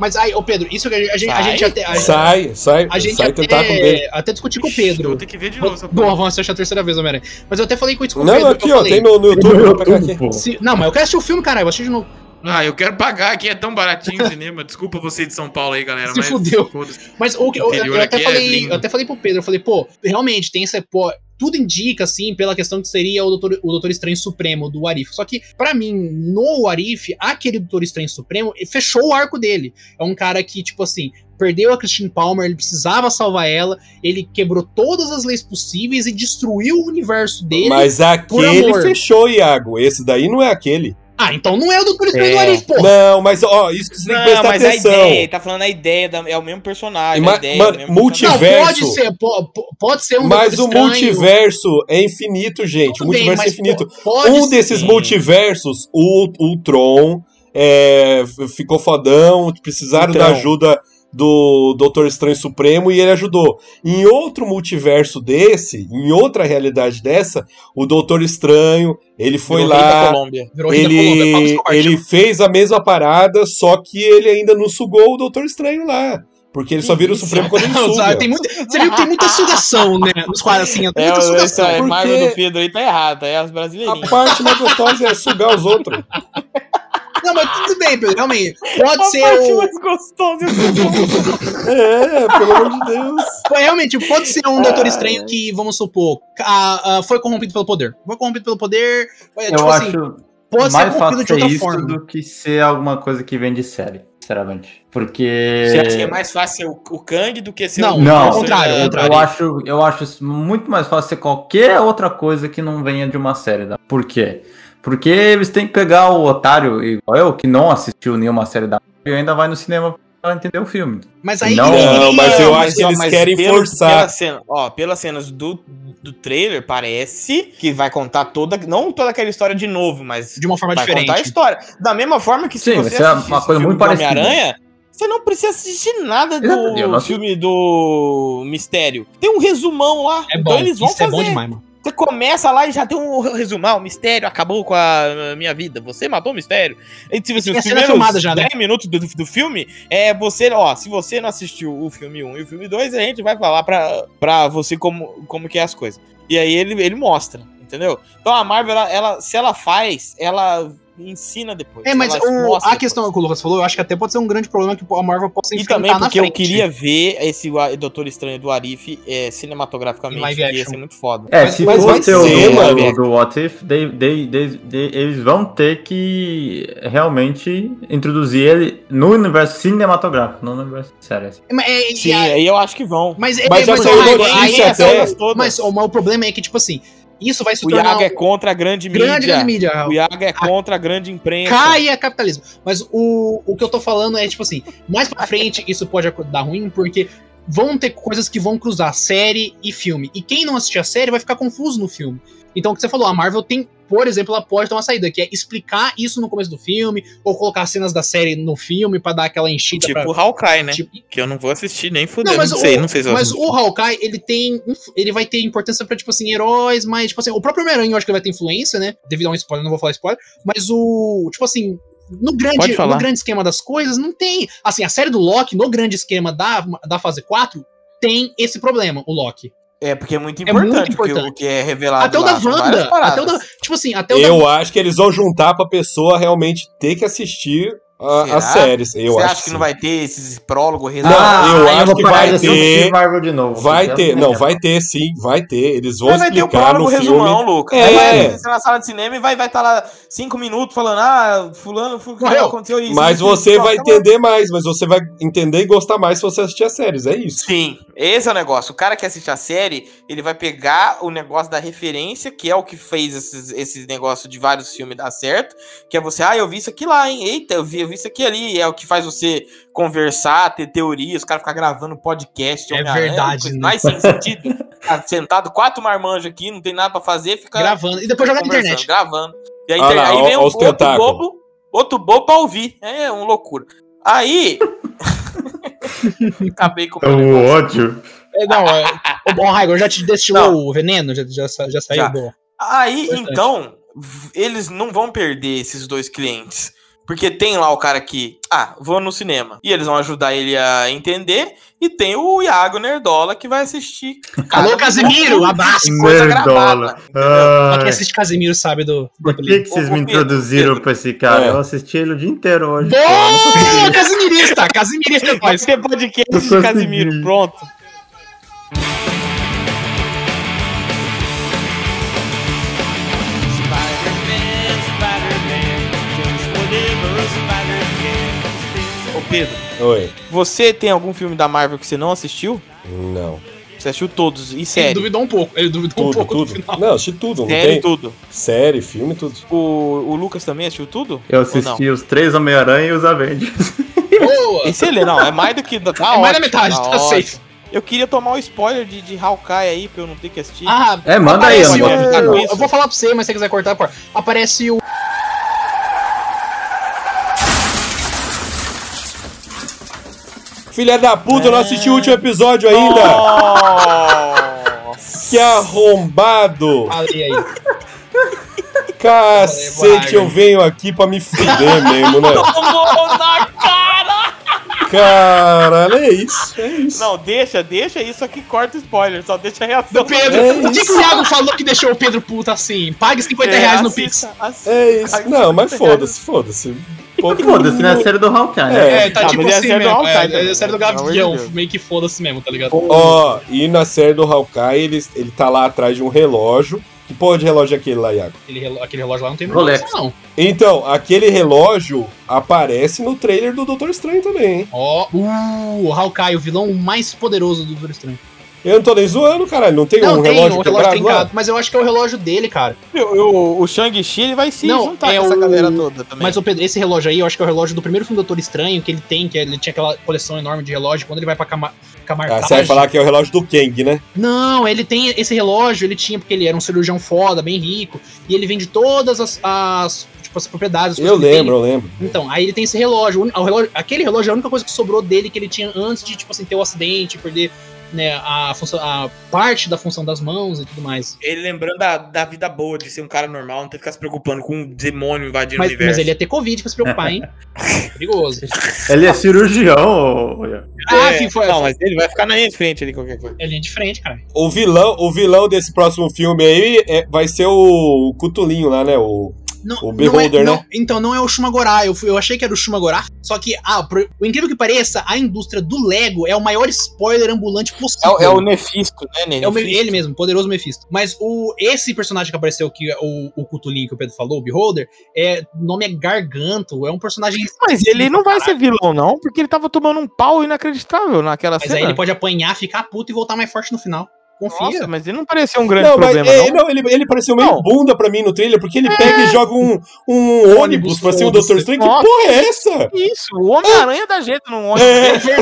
Mas aí, ô Pedro, isso que a, gente- a
Sai,
gente até. A,
é. Sai, sai,
a gente
sai tentáculo dele.
até, até discutiu com o Pedro.
Tem que ver de
Do avanço, acho a terceira vez, Homem-Aranha. Mas eu até falei com isso com o
Não,
Pedro.
aqui
eu
ó,
falei,
tem no, no YouTube.
No
vou pegar aqui.
YouTube, pô.
se- não, mas eu quero assistir o filme, caralho, eu assisti de novo.
Ah, eu quero pagar aqui, é tão baratinho o cinema. Desculpa você de São Paulo aí, galera.
Se
mas
fudeu.
foda-se.
Mas o que eu, eu,
Interior
eu até
aqui é
falei,
lindo.
eu até falei pro Pedro, eu falei, pô, realmente tem essa, pô, tudo indica assim pela questão que seria o doutor, o doutor Estranho Supremo do Arif. Só que pra mim, no Arif, aquele doutor Estranho Supremo eh, fechou o arco dele. É um cara que tipo assim, perdeu a Christine Palmer, ele precisava salvar ela, ele quebrou todas as leis possíveis e destruiu o universo dele.
Mas
amor.
aquele fechou, Iago. Esse daí não é aquele.
Ah, então não é o doutor Estranho do
É.
Arif, pô.
Não, mas ó, isso que você tem que
Não,
prestar
mas
atenção.
a ideia, ele tá falando a ideia, da- é o mesmo personagem,
Ma-
a ideia,
mano,
é o mesmo
Não,
multiverso.
personagem.
pode ser, po- po- pode ser um
Mas
Doutor
o multiverso é infinito, gente. O
Tudo bem,
multiverso é
mas
infinito.
po- pode
um
ser.
desses
sim.
multiversos, o, o Tron, é, f- ficou fodão, precisaram
Então.
da ajuda do Doutor Estranho Supremo e ele ajudou. Em outro multiverso desse, em outra realidade dessa, o Doutor Estranho, ele foi
Virou rei da
lá,
tá Colômbia.
Virou é rei da Colômbia, Pablo
ele,
Escobar, um
ele fez a mesma parada, só que ele ainda não sugou o Doutor Estranho lá. Porque ele só vira o
Isso.
Supremo quando ele
Não, sabe,
suga.
tem muita, você viu que tem muita sugação, né? Nos quadros assim, tem
É,
muita
o- essa
sugação.
é,
porque-
Marvel do Pedro aí tá errada, é as brasileirinhas.
A parte mais gostosa é sugar os outros.
Não, mas tudo bem, Pedro, realmente. Pode ser o,
gostosa.
É, pelo amor de Deus.
foi- realmente, pode ser um Doutor
É.
Estranho que, vamos supor, a- a- foi corrompido pelo poder. Foi corrompido pelo poder. foi,
Eu
tipo assim,
acho
pode ser
mais
corrompido
fácil
de
ser
outra
isso
forma.
do que ser alguma coisa que vem de série, sinceramente. Porque.
Você acha que é mais um fácil ser o, o Kang do que ser
Não,
o...
não, ao
contrário, ao
o-
contrário.
Eu acho, eu acho isso muito mais fácil ser qualquer outra coisa que não venha de uma série. Da... Por quê? Porque eles têm que pegar o otário igual eu, que não assistiu nenhuma série da e ainda vai no cinema pra entender o filme.
Mas aí.
Não,
ele- um
mas eu
Não,
acho que
ó,
eles querem
pelo-
forçar.
Pelas cenas, ó, pelas cenas do, do trailer, parece que vai contar toda. Não toda aquela história de novo, mas
De uma forma
vai contar a
diferente.
história. Da mesma forma que se
Sim,
você
vai ser
assistisse
uma
o
coisa
filme do
muito parecida.
Homem-Aranha, você não precisa assistir nada
Exato, eu
do
não-
filme do Mistério. Tem um resumão lá.
É
então
bom,
eles vão
isso é
fazer.
bom demais, mano.
Você começa lá e já tem um resumão. O mistério acabou com a minha vida. Você matou o mistério. E, tipo assim,
Tem a
os
cena
primeiros
filmada já, né?
10 minutos do, do filme é você, ó, se você não assistiu o filme 1 e o filme 2, a gente vai falar pra, pra você como, como que é as coisas. E aí ele, ele mostra, entendeu? Então a Marvel, ela, ela- se ela faz, ela ensina depois.
É, mas
ela
o-
mostra
a questão
depois.
que o Lucas falou, eu acho que até pode ser um grande problema que a Marvel possa
E
enfrentar
também
na
porque eu
frente.
queria ver esse Wa- Doutor Estranho do Arif é, cinematograficamente,
Em live
que ia
action.
ser muito foda.
É,
Mas-
se
mas vai
for ter o
ser,
do-
mano.
do, do What If, they- they- they- they- eles vão ter que realmente introduzir ele no universo cinematográfico, não no universo de séries.
Mas, é,
Sim,
e a-
aí eu acho que vão.
mas, é-
Mas já
mas,
saiu
aí-
notícia
aí-
até.
aí-
essas todas.
mas o, mas o problema é que, tipo assim, isso vai se
o
tornar um
Iago é contra a grande,
grande,
mídia.
grande mídia.
O Iago é contra a grande imprensa.
Caia capitalismo. Mas o, o que eu tô falando é, tipo assim, mais pra frente isso pode aco- dar ruim, porque vão ter coisas que vão cruzar série e filme. E quem não assistir a série vai ficar confuso no filme. Então, o que você falou, a Marvel tem, por exemplo, ela pode ter uma saída, que é explicar isso no começo do filme, ou colocar cenas da série no filme pra dar aquela enchida. pra-
Tipo Hawkeye, né?
tipo-
Que eu não vou assistir nem fudendo.
Não,
Não,
mas
sei,
o-
não sei se eu
Mas
assisto.
o Hawkeye, ele tem. inf- Ele vai ter importância pra, tipo assim, heróis, mas, tipo assim, o próprio Homem-Aranha eu acho que ele vai ter influência, né? Devido a um spoiler, não vou falar spoiler. Mas o. Tipo assim. No grande,
Pode falar.
no grande esquema das coisas, não tem. Assim, a série do Loki, no grande esquema da, da fase 4, tem esse problema, o Loki.
É, porque é muito
muito
importante, o que-
importante.
O, que é revelado.
Até o
lá,
da
são várias
Wanda.
paradas.
Até o da, tipo assim, até o da.
Eu acho que eles vão juntar pra pessoa realmente ter que assistir a,
Será?
as séries. Eu
Você
acho
acha que
sim.
não vai ter esses prólogos
Não, eu acho
vou
que
parar
vai
de assistir
ter-
Marvel de novo. assim,
Vai
porque
ter,
eu
não,
quero.
vai ter sim, vai ter. Eles vão
Mas
um
vai ter o
explicar
prólogo
no
resumão,
filme.
Luca.
É.
Aí Vai aparecer na sala de cinema e vai estar lá cinco minutos falando, ah, fulano,
Morreu.
fulano, aconteceu isso.
Mas
isso,
você
isso,
vai
tá bom.
entender mais, mas você vai entender e gostar mais se você assistir as séries, é isso.
Sim, esse é o negócio. O cara que assiste a série, ele vai pegar o negócio da referência, que é o que fez esses, esses negócios de vários filmes dar certo, que é você, ah, eu vi isso aqui lá, hein? Eita, eu vi, eu vi isso aqui ali. É o que faz você conversar, ter teoria, os caras ficam gravando podcast. de
É
Homem-Aranha,
verdade,
coisa
né?
Mais sem sentido. Tá sentado quatro marmanjos aqui, não tem nada pra fazer, fica
Gravando. E depois jogar na
conversando,
internet.
Gravando. E aí,
Ah lá,
aí
ó-
vem um
ó os
outro
tentáculos.
bobo, outro bobo pra ouvir. É uma loucura. Aí. Acabei com o meu
Então,
negócio.
O um ódio.
É, Não, é- Ô, bom, Raigor, já te destilou o veneno? Já, já, sa- já saiu?
Já.
Boa.
Aí,
Importante.
então, v- eles não vão perder esses dois clientes. Porque tem lá o cara que, ah, vou no cinema. E eles vão ajudar ele a entender. E tem o Iago Nerdola que vai assistir.
Alô, Casimiro, abraço.
Coisa
Nerdola. Ah.
gravada.
Pra quem
Ai,
assiste Casimiro sabe do.
Por que, que vocês me introduziram pra esse cara?
É.
Eu assisti ele o dia inteiro hoje.
Boa! Casimirista! Casimirista é
Vai
nós.
ser podcast
Eu
de
consegui.
Casimiro, pronto.
Ô, Pedro,
Oi.
você tem algum filme da Marvel que você não assistiu?
Não.
Você assistiu todos. E
Ele
série?
duvidou um pouco. Ele duvidou
Tudo,
um pouco do
tudo.
final.
Não, assisti tudo, não
Série,
tem?
tudo.
Série, filme, tudo.
O, o Lucas também assistiu tudo?
Eu
Ou não?
assisti os três Homem-Aranha e os Avengers.
Boa!
Excelente, não. É mais do que. Tá
é mais da
ótimo,
metade, tá
ótimo.
safe.
Eu queria tomar o spoiler de, de Hawkeye aí, pra eu não ter que assistir.
Ah,
É, manda aí,
aparece
André.
Amanda.
o... Eu vou falar pra você, mas se você quiser cortar, corta. Aparece o.
Filha da puta, eu não assisti o último episódio ainda.
Nossa!
Que arrombado!
Ali aí.
Cacete, eu venho aqui pra me fuder mesmo, né?
Tomou na cara!
Caralho, é isso, é isso.
Não, deixa, deixa isso aqui, corta o spoiler, só deixa a reação.
Do Pedro.
É
o que, que o Iago falou que deixou o Pedro puto assim? Pague 50 reais no Pix.
É, Assista, assista.
É isso. Não, mas foda-se, foda-se. Pô,
Foda-se, né? A série do Hawkeye. né?
É.
É, tá
Ah,
tipo
mas é
assim
sério do
mesmo.
Hawkeye
É, é
também,
sério do
pelo amor de
Gavião.
Deus.
meio que foda-se mesmo, tá ligado?
Ó, e na série do Hawkeye, ele, ele tá lá atrás de um relógio. Que porra de relógio é aquele lá, Iago?
Aquele, relo- aquele relógio lá não tem
Rolex.
muita não.
Então, aquele relógio aparece no trailer do Doutor Estranho também, hein?
Ó, uh, o Hawkeye, o vilão mais poderoso do Doutor Estranho.
Eu não tô nem zoando, caralho. Não tem um
Não, tem,
relógio
o relógio
quebrado
tem
lá?
gato, mas eu acho que é o relógio dele, cara.
Eu- eu- o Shang-Chi ele vai se
Não,
juntar
é
com essa
o-
galera toda também.
Mas o Pedro, esse relógio aí, eu acho que é o relógio do primeiro filme do Doutor Estranho, que ele tem, que ele tinha aquela coleção enorme de relógio, quando ele vai pra Camar
Ah,
Camartagem...
você vai falar que é o relógio do Kang, né?
Não, ele tem esse relógio, ele tinha porque ele era um cirurgião foda, bem rico, e ele vende todas as, as, tipo, as propriedades. as
Eu
coisas que
lembro, eu lembro.
tem. Então, aí ele tem esse relógio, o uni- o relógio- aquele relógio é a única coisa que sobrou dele que ele tinha antes de, tipo assim, ter o acidente, perder né, a, função- a parte da função das mãos e tudo mais.
Ele lembrando da, da vida boa, de ser um cara normal, não ter que ficar se preocupando com um demônio invadindo o
Mas, mas
universo.
ele é ia ter Covid pra se preocupar, hein? Perigoso.
Ele é cirurgião. ô, ô.
É,
Ah, sim, foi.
Não, mas ele vai ficar na minha frente ali, qualquer coisa.
Ele é de frente, cara.
O vilão, o vilão desse próximo filme aí é- vai ser o Cutulinho lá, né? O
Não,
O Beholder,
não
né?
é, não- então, não é o Shumagorá. Eu, fui- eu achei que era o Shumagorá. Só que, ah, por, o incrível que pareça, a indústria do Lego é o maior spoiler ambulante
É,
possível.
o- é o Nefisto, né, Nenê?
É o me- ele mesmo, poderoso Mephisto. Mas o, esse personagem que apareceu, que é o, o Cutulinho que o Pedro falou, o Beholder, é, o nome é Garganto, é um personagem.
Mas ele não vai ser vilão, não, porque ele tava tomando um pau inacreditável naquela
Mas aí
cena.
ele pode apanhar, ficar puto e voltar mais forte no final. Confia.
Nossa, mas ele não pareceu um grande
Não, mas
problema,
é,
não.
não, ele, ele pareceu meio
Não.
bunda pra mim no trailer, porque ele pega e joga um, um ônibus pra cima do Dr. Strange. Que
Nossa.
porra é essa?
Isso, o Homem-Aranha dá jeito no ônibus.
É,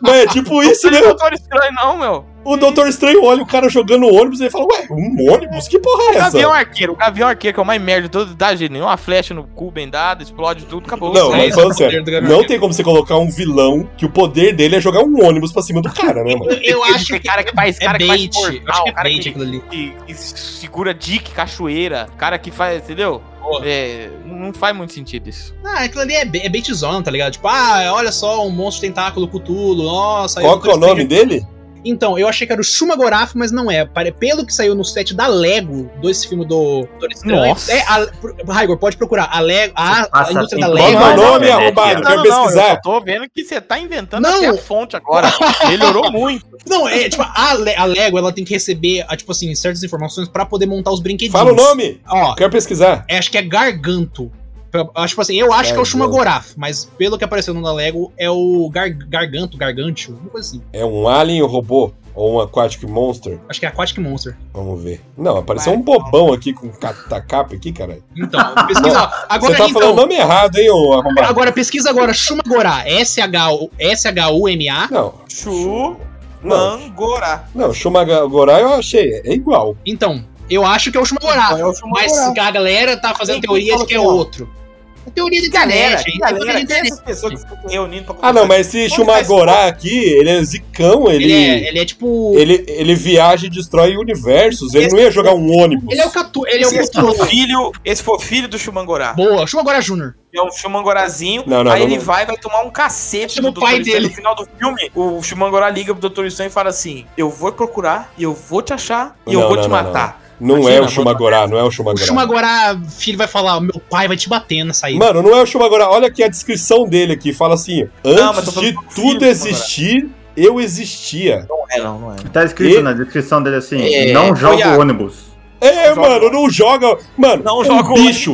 não é tipo isso, né?
Não é doutor estranho, não, meu.
O Dr. Strange olha o cara jogando o ônibus e ele fala, ué, um ônibus? Que porra é essa?
Gavião Arqueiro, o Gavião Arqueiro, que é o mais merda de todo, dá jeito nenhum. Uma flecha no cu bem dada, explode tudo, acabou.
Não,
É
mas
isso.
falando
esse é o poder
sério,
do Gavião
não tem como você colocar um vilão que o poder dele é jogar um ônibus pra cima do cara, né, mano?
Eu, eu acho
Tem
que
é cara que faz,
é
cara que
bait.
faz
Eu acho
portal,
que é
cara
bait
que,
aquilo ali.
que- que segura dick, cachoeira, cara que faz, entendeu?
Boa.
É, não faz muito sentido isso.
Ah, aquilo ali é, ba- é baitzona, tá ligado? Tipo, ah, olha só, um monstro tentáculo, cutulo, nossa. aí
Qual
o
que é o
Dr. Strange-
nome dele?
Então, eu achei que era o Shumagoraf, mas não é. Pare- Pelo que saiu no set da Lego, do esse filme do Doutor Estranho.
Nossa.
É, a, pro- Raigor, pode procurar. A Lego, a, a
Passa
indústria da
tempo.
Qual que é o
Não,
Lego.
não,
nome,
não,
arrombado?
não,
Quero pesquisar.
eu só tô vendo que você tá inventando
Não.
até a fonte agora. Melhorou muito.
Não, é tipo, a, Le- a Lego, ela tem que receber, ah, tipo assim, certas informações pra poder montar os brinquedinhos.
Fala o nome!
Ó,
Quero pesquisar.
é, acho que é Garganto. Pra- acho, Tipo assim, eu acho que é o
Garganto.
Shumagoraf, mas pelo que apareceu no da Lego, é o Gar- Garganto, Gargantio, uma coisa assim.
É um alien robô? Ou um aquatic monster?
Acho que é Aquatic Monster.
Vamos ver. Não, apareceu um bobão aqui com catacapa aqui, cara.
Então, pesquisa. ó. Agora,
Você tá
então,
falando o nome errado, hein, ô arrombado?
Agora, pesquisa agora, Shumagorá, S-H-U- S-H-U-M-A.
Não,
Chu
não,
Mangorá.
não, Shumagorá eu achei, é igual.
Então, eu acho que é o Shumagorá,
É o
mas
Shumagorá.
a galera tá fazendo
Quem
teoria de
fala
que é
que não?
outro. É teoria de
Galera,
internet, gente. é teoria de
galera, quem é
internet.
essas pessoas que ficam reunindo pra
Ah, não, mas esse Shumagorá aqui, ele é zicão,
Ele é,
ele,
ele é tipo... Ele,
ele, ele viaja e destrói universos, ele não ia jogar um ônibus.
é o Catu, ele é o
Esse,
Cthulhu.
for filho, esse foi filho do Chumangorá.
Boa, Shumagorá Júnior.
É um Chumangorazinho.
Não, não,
aí
não,
ele
não.
vai vai tomar um cacete
Chama o
do Dr.
pai
Estranho.
dele.
No final do filme, o Chumangorá liga pro Dr. Estranho e fala assim: Eu vou procurar, eu vou te achar e eu
Não,
vou
não,
te
não,
matar.
Não é
Imagina,
o Shumagorá, não é o Shumagorá.
O Shumagorá, filho, vai falar, meu pai vai te bater na saída.
Mano, não é o Shumagorá. Olha aqui a descrição dele aqui. Fala assim:
Não, mas
Antes
tô falando
de
do filho
tudo
do
existir, eu existia.
Não é, não, não é.
Tá escrito
E-
na descrição dele assim,
É,
não
foi
joga
a-
o ônibus.
É,
Joga.
mano, não joga. Mano,
Não
um
joga o
bicho.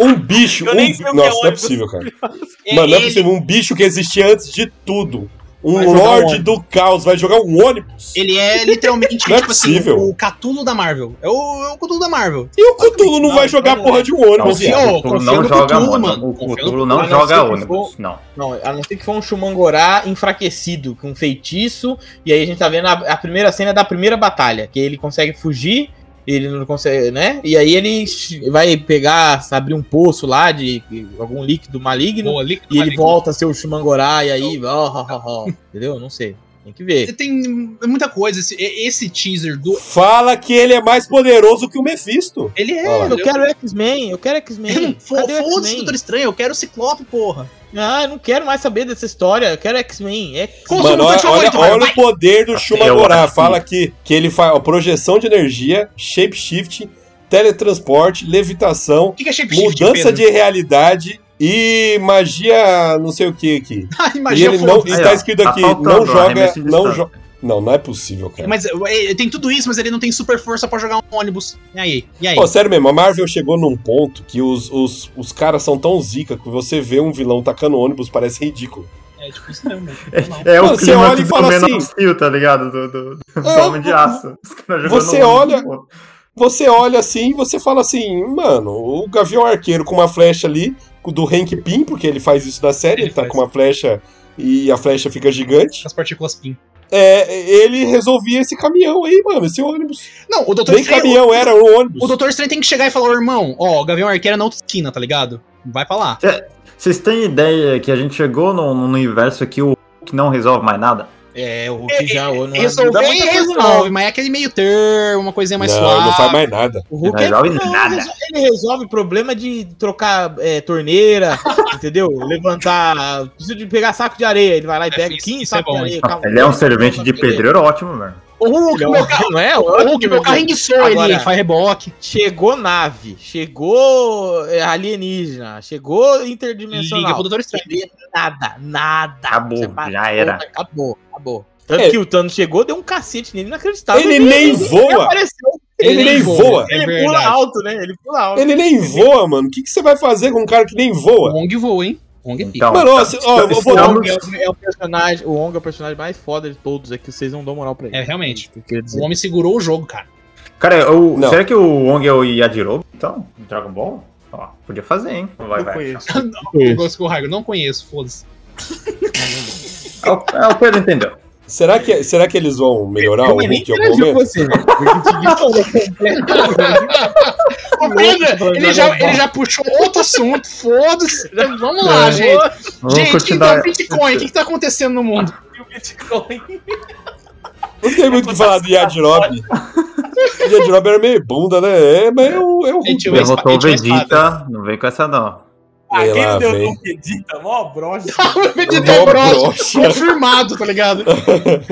Um bicho.
Eu
um
nem
bi-
sei o que é
Nossa, não é
ônibus.
possível, cara.
É
Mano, não é
ele-
possível. Um bicho que existia antes de tudo. Um
Vai jogar um
Lorde do Caos vai jogar um ônibus.
Ele é literalmente,
Não é
tipo assim,
possível.
o Catulo da Marvel. É o, é o Cthulhu da Marvel.
E o Cthulhu não,
Não,
vai jogar
é
não.
a porra de um
Não,
ônibus,
Confia,
viado.
o Cthulhu não
confia no
joga
Cthulhu,
ônibus.
mano.
O
Confia no
Cthulhu
Cthulhu,
não
a não ser
joga
que
assim,
ônibus,
tipo,
não.
Não, a não ser que for um Shumangorá enfraquecido, com um feitiço, e aí a gente tá vendo a, a primeira cena da primeira batalha, que ele consegue fugir, ele não consegue, né? E aí ele ch- vai pegar, abrir um poço lá de algum líquido maligno,
Boa, líquido
e ele
maligno.
volta a ser o Shumangorá, e aí, ó, ó, ó, ó, entendeu? Não sei, tem que ver.
Tem muita coisa. Esse, esse teaser do.
Fala que ele é mais poderoso que o Mephisto.
Ele é.
Olha
Eu
Eu quero.
quero X-Men, eu quero X-Men. Cadê o
Foda-se,
X-Men?
Doutor Estranho. Eu quero o Ciclope, porra.
Ah, eu não quero mais saber dessa história, eu quero X-Men. É
Qual o seu
Mano, olha,
mutante favorito,
olha-
Raigor?
olha o poder do
Eu
Shumagorá.
acho
Fala aqui que ele faz ó, projeção de energia, shapeshift, teletransporte, levitação,
O que que é shapeshift?
mudança de realidade e magia não sei o que aqui.
Ah,
E
imagina,
ele não.
foda-se.
E tá escrito aqui, não joga. Não,
joga.
jo- não, não é possível, cara.
Mas é, é, tem tudo isso, mas ele não tem super força pra jogar um ônibus. E aí? E aí?
Pô, sério mesmo, a Marvel chegou num ponto que os, os, os caras são tão zica que você vê um vilão tacando ônibus, parece ridículo.
É tipo isso mesmo.
É
Mano,
o
você
clima
olha e
do
fala
Man
assim-
of Steel, tá ligado? Do, do, do
É,
Homem de Aço. Os caras jogando
você
ônibus.
você olha assim e você fala assim, mano, o Gavião Arqueiro com uma flecha ali, do Hank Pym, porque ele faz isso na série, ele,
Ele
tá
faz.
com uma flecha e a flecha fica gigante.
As partículas PIN.
É, ele resolvia esse caminhão aí, mano, esse ônibus.
Não, o Doutor
Nem caminhão era um ônibus.
O Doutor Estranho tem que chegar e falar, ô, irmão, ó, o Gavião Arqueiro é na outra esquina, tá ligado? Vai pra lá.
Vocês têm ideia que a gente chegou num, num universo que o Hulk não resolve mais nada?
É, o que já ou não
Resolve,
ajuda muita coisa,
resolve, mas é aquele meio termo, uma coisinha é mais
não,
suave.
não faz mais nada.
O Hulk
Não resolve
é, não,
nada.
Ele resolve, ele resolve problema de trocar é, torneira, entendeu? Levantar. Precisa de pegar saco de areia. Ele vai lá e
É,
pega
isso-
15
isso é
sacos
bom,
de areia.
isso.
calma. um
Ele é um servente de um pedreiro ótimo, mano.
O Hulk,
Ele é um-
meu, ca-
não é?
o Hulk, meu carro enguiçou ele,
Agora-
faz reboque.
Chegou nave, chegou é, alienígena, chegou interdimensional.
Liga pro Doutor Estranho.
Não entendeu nada, nada.
Acabou,
Separou,
já era.
Acabou, acabou. Tanto
É.
que o Thanos chegou, deu um cacete nele inacreditável.
Ele nem voa.
apareceu.
Ele nem voa.
É
Ele pula
verdade.
alto, né? Ele pula alto.
Ele nem voa, mano. O que, que você vai fazer com um cara que nem
O
voa?
Wong voa, hein? O Wong é pica.
Então,
Mano, ó, se- ó, eu vou- um-
O
estamos-
Ong é o- é o personagem, o Ong é o personagem mais foda de todos, é que vocês não dão moral pra ele.
É, realmente.
que eu queria dizer.
O homem segurou o jogo, cara.
Cara, eu-
Não.
será que o Wong é o Yajirobe? Então, em Dragon Ball? Ó, podia fazer, hein? Vai, vai.
Eu gosto que o Raigo não conheço, foda-se.
É o, é o Pedro entendeu.
Será que, será que eles vão melhorar o
Eu nem
Hulk em algum
interagiu com
momento?
você. né? Porque te ignorou
Ô, Pedro, ele já, ele já puxou outro assunto, foda-se. Vamos lá, gente.
completamente.
Vamos
gente, o que
continuar.
tá Bitcoin? O que que tá acontecendo no mundo?
Não tem muito o que falar do Yadirob. O Yadirob era meio bunda, né? É, mas é o, é o Hulk.
Gente, eu-
Derrotou o
Espada, espada.
Vegeta. Não vem com essa, não.
ah,
Sei lá,
Aquele deu
velho.
um pedita, mó broxa.
O
Mó
Vegeta é broxa.
broxa.
Confirmado, tá ligado?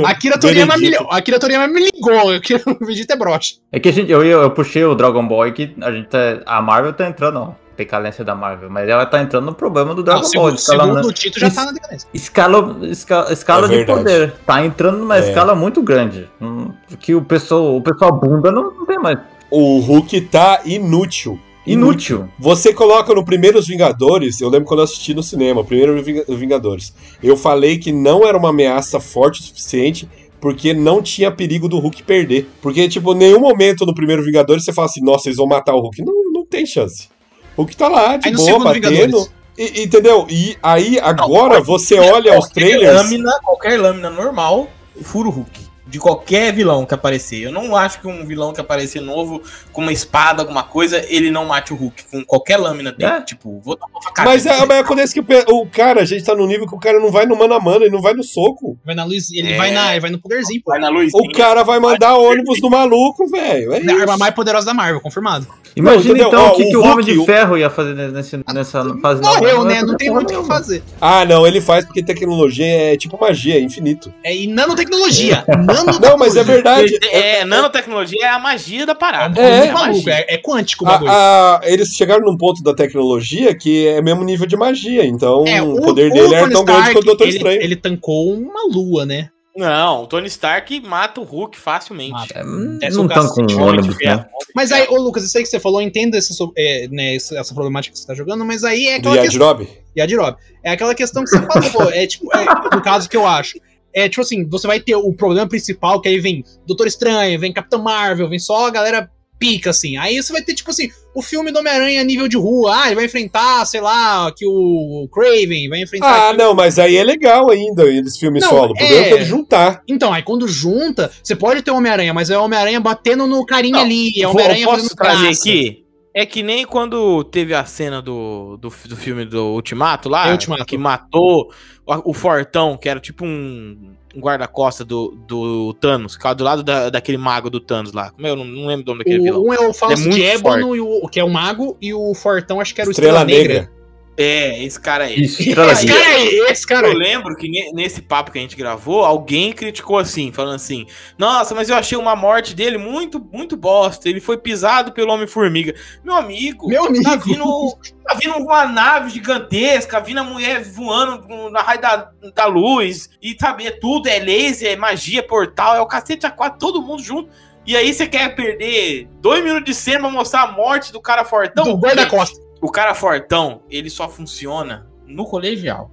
Akira Toriyama, me,
Veredito.
li- Akira Toriyama me ligou. Eu quero- O Vegeta é broxa.
É que a gente, eu, eu puxei o Dragon Ball e que a gente tá, A Marvel tá entrando, ó. Decalência da Marvel, mas ela tá entrando no problema do Dragon
Não,
Ball.
segundo,
de escala,
segundo o título já
né? Isso-
tá na decadência.
escala, esca- escala
É
de
verdade.
poder. Tá entrando numa
É.
escala muito grande. hum, Que o pessoal, o pessoal bunda não, não tem mais.
O Hulk tá inútil.
Inútil.
Você coloca no Primeiros Vingadores, eu lembro quando eu assisti no cinema, Primeiro Ving- Vingadores. Eu falei que não era uma ameaça forte o suficiente porque não tinha perigo do Hulk perder. Porque, tipo, em nenhum momento no Primeiro Vingadores você fala assim, nossa, eles vão matar o Hulk. Não, não tem chance. O Hulk tá lá, de
Aí no
boa,
segundo
batendo.
Vingadores.
E- entendeu? E aí, agora, você olha
é
os trailers...
Lâmina, qualquer lâmina normal, furo Hulk. De qualquer vilão que aparecer. Eu não acho que um vilão que aparecer novo, com uma espada, alguma coisa, ele não mate o Hulk. Com qualquer lâmina dele.
É.
Tipo, vou dar uma facada.
Mas, é, mas acontece que o pe- o cara, a gente tá num nível que o cara não vai no mano a mano, ele não vai no soco.
Vai na luz, ele
É.
vai na, ele vai no poderzinho, pô.
Vai na luz.
O cara vai mandar ônibus no maluco, velho. É
Na
isso.
arma mais poderosa da Marvel, confirmado.
Imagina
entendeu?
então
Ó,
o que,
o
que o
Hulk-
Homem de Ferro ia fazer nesse, nessa fase nova. tá
Morreu,
ia
né?
fazer
Não tem
porra
muito o que
nenhuma.
fazer.
Ah, não, ele faz porque tecnologia é tipo magia, é infinito.
É, e nanotecnologia. nanotecnologia.
Não, mas é verdade.
É, nanotecnologia é a magia da parada.
É,
É, Ah,
muito maluco, é, é quântico o bagulho.
A- a- eles chegaram num ponto da tecnologia que é mesmo nível de magia, então
É,
o poder dele era tão grande quanto o Doutor Estranho.
Ele tancou uma lua, né?
Não, o Tony Stark mata o Hulk facilmente.
Mata.
É, não
Desce
não
o
tão com
cacete,
um
Homem de
ônibus,
Ferro.
né?
É.
Mas aí, ô Lucas, eu sei que você falou, eu entendo esse so- é, né, essa, essa problemática que você tá jogando, mas aí é
Do
aquela questão.
Yadirob?
Yadirob. É aquela questão que você falou, pô, é tipo, é, no caso que eu acho. É tipo assim, você vai ter o problema principal, que aí vem Doutor Estranho, vem Capitão Marvel, vem só a galera pica, assim. Aí você vai ter, tipo assim, o filme do Homem-Aranha a nível de rua. Ah, ele vai enfrentar, sei lá, que o Craven vai enfrentar.
Ah, não, mas aí é legal ainda eles filmes
Não,
solo. O problema é
é.
que eles juntar.
Então, aí quando junta, você pode ter o Homem-Aranha, mas é o Homem-Aranha batendo no carinha
Não,
ali, é o
Eu
Homem-Aranha
posso trazer
graça.
aqui? É que nem quando teve a cena do, do, do filme do Ultimato lá,
É, Ultimato.
que matou o, o Fortão, que era tipo um, um guarda-costa do, do Thanos, que era do lado da- daquele mago do Thanos lá. Como é? eu não, não lembro o nome daquele vilão.
O, um é o Fausto
Ele é muito
Diabolo, e o, que é o Mago, e o Fortão, acho que era o
Estrela Negra.
É, esse cara aí.
Isso, estrela
Esse
guia.
cara aí, esse cara aí.
Eu lembro que ne- nesse papo que a gente gravou, alguém criticou assim, falando assim: Nossa, mas eu achei uma morte dele muito, muito bosta. Ele foi pisado pelo Homem-Formiga. Meu amigo,
Meu amigo.
Tá vindo, tá vindo uma nave gigantesca, vindo a mulher voando com- na raio da, da luz, e sabe, é tudo, é laser, é magia, portal, é o cacete a quatro, todo mundo junto. E aí você quer perder dois minutos de cena pra mostrar a morte do cara fortão?
do guarda-costa.
O cara fortão, ele só funciona no colegial.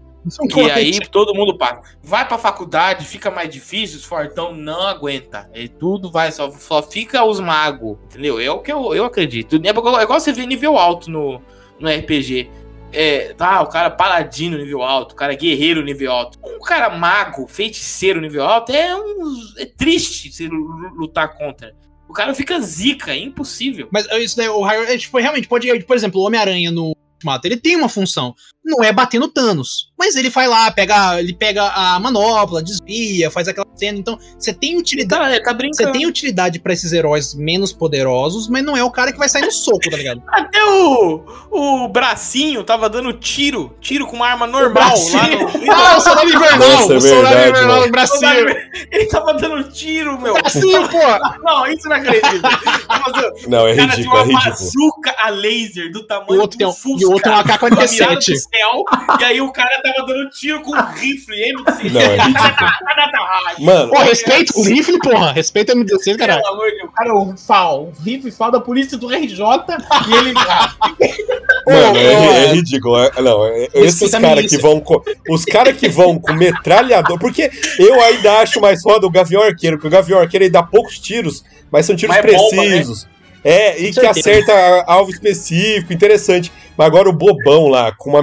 Que
E aí todo mundo passa. Vai pra faculdade, fica mais difícil, os fortão não aguenta. E tudo vai, só, só fica os magos. Entendeu? É o que eu, eu acredito. É igual é igual você vê nível alto no, no RPG. É, tá, o cara paladino nível alto, o cara guerreiro nível alto. Um cara mago, feiticeiro nível alto é, um, é triste se lu- lutar contra. O cara fica zica, é impossível.
né, Mas isso daí, o Harold, é, tipo, realmente, pode, por é, exemplo, o Homem-Aranha no Ultimato, ele tem uma função. Não é bater no Thanos. Mas ele vai lá, pega, ele pega a manopla, desvia, faz aquela cena. Então, você tem utilidade.
Tá, ele tá
Você
brincando.
tem utilidade pra esses heróis menos poderosos, mas não é o cara que vai sair no soco, tá ligado?
Até o, o bracinho tava dando tiro. Tiro com uma arma normal lá
bracinho.
no.
Ah, o soldado invernal!
Nossa, é
o soldado
verdade,
invernal assim,
mano.
no bracinho!
Ele tava dando tiro, meu.
Bracinho, porra!
Não, isso eu não acredito. Mas,
Não, é
o cara tinha
ridículo, é
uma
ridículo.
bazuca a laser do
O
tamanho de
outro tem
um
um,
Fusca.
e o outro é um
com a mirada do
AK-47.
céu, e aí o cara tava dando tiro com um rifle M16.
Não, é ridículo.
Ah,
Mano,
Pô, respeita o rifle, porra! Respeita o M16, caralho.
tá. Ah, Pelo amor de Deus.
Cara, o FAL, o vivo e FAL da polícia do RJ e ele. Ah,
Mano, é, ri-
é.
é ridículo. é- não, é- esses
Respeita a
caras que
milícia.
vão com. Os caras que vão com metralhador. Porque eu ainda acho mais foda o Gavião Arqueiro, porque o Gavião Arqueiro ele dá poucos tiros, mas são tiros
Mas é bomba,
né?
precisos. É, e
Com
que
certeza.
acerta alvo específico, interessante. Mas agora o bobão lá, com uma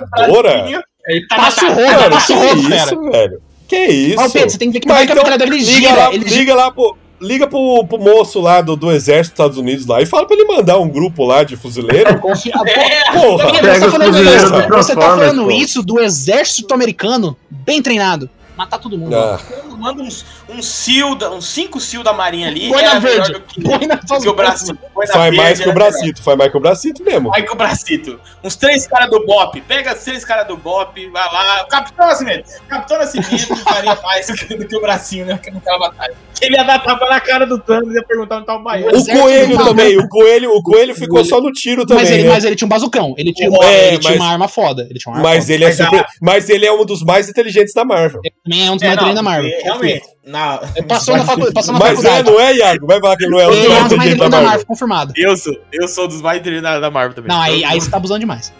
metralhadora.
Ele passa o rodo,
Mano,
passa o rodo,
que
Ah, tá cara.
isso, velho? Que
Mas, Pedro, você
isso?
tem que ver que
Mas
vai
então,
capturar ele
liga
gira.
lá,
né? Ele gira.
liga lá pro. Liga pro, pro moço lá do, do exército dos Estados Unidos lá e fala pra ele mandar um grupo lá de fuzileiro.
Confia-
Porra!
Pedro,
Pega
você tá
os
falando
fuzileiros
isso-
do
Você tá
Transformers,
falando
pô.
isso do exército americano bem treinado. Matar todo mundo.
Ah,
Manda uns, uns seal, da- uns cinco seal da marinha ali.
Põe na
era melhor
verde.
do que,
Põe na
do que o bracito. Põe na
faz
verde, né?
mais que
era
o Bracito, faz mais que o Bracito mesmo.
Vai com o Bracito. Uns três caras do Bop. Pega os três caras do Bop, vai lá. Capitão Nascimento. Capitão Nascimento faria mais do que, do que o bracinho, né? Que naquela batalha.
Ele ia dar tapa na cara do Thanos e ia perguntar onde tá o maior.
O
Exército
coelho
do
também, o coelho, o coelho ficou só no tiro também.
mas, ele,
né? mas,
mas ele tinha um bazucão. Ele tinha,
É,
uma, ele tinha
mas-
uma arma foda. Ele tinha uma arma foda.
ele é super, mas ele é um dos mais inteligentes da Marvel.
Ele também é um dos mais treinos da Marvel.
Realmente. Na,
Ele Passou na faculdade. Passou na
Mas é,
faculdade.
não é, Iago? Vai falar que não é um dos
Ele é um
mais
dos mais
inteligentes da
treinos da
Marvel.
Marvel, confirmado.
Eu sou, eu sou dos mais treinados da Marvel também.
Não, aí,
Eu-
aí você tá abusando demais.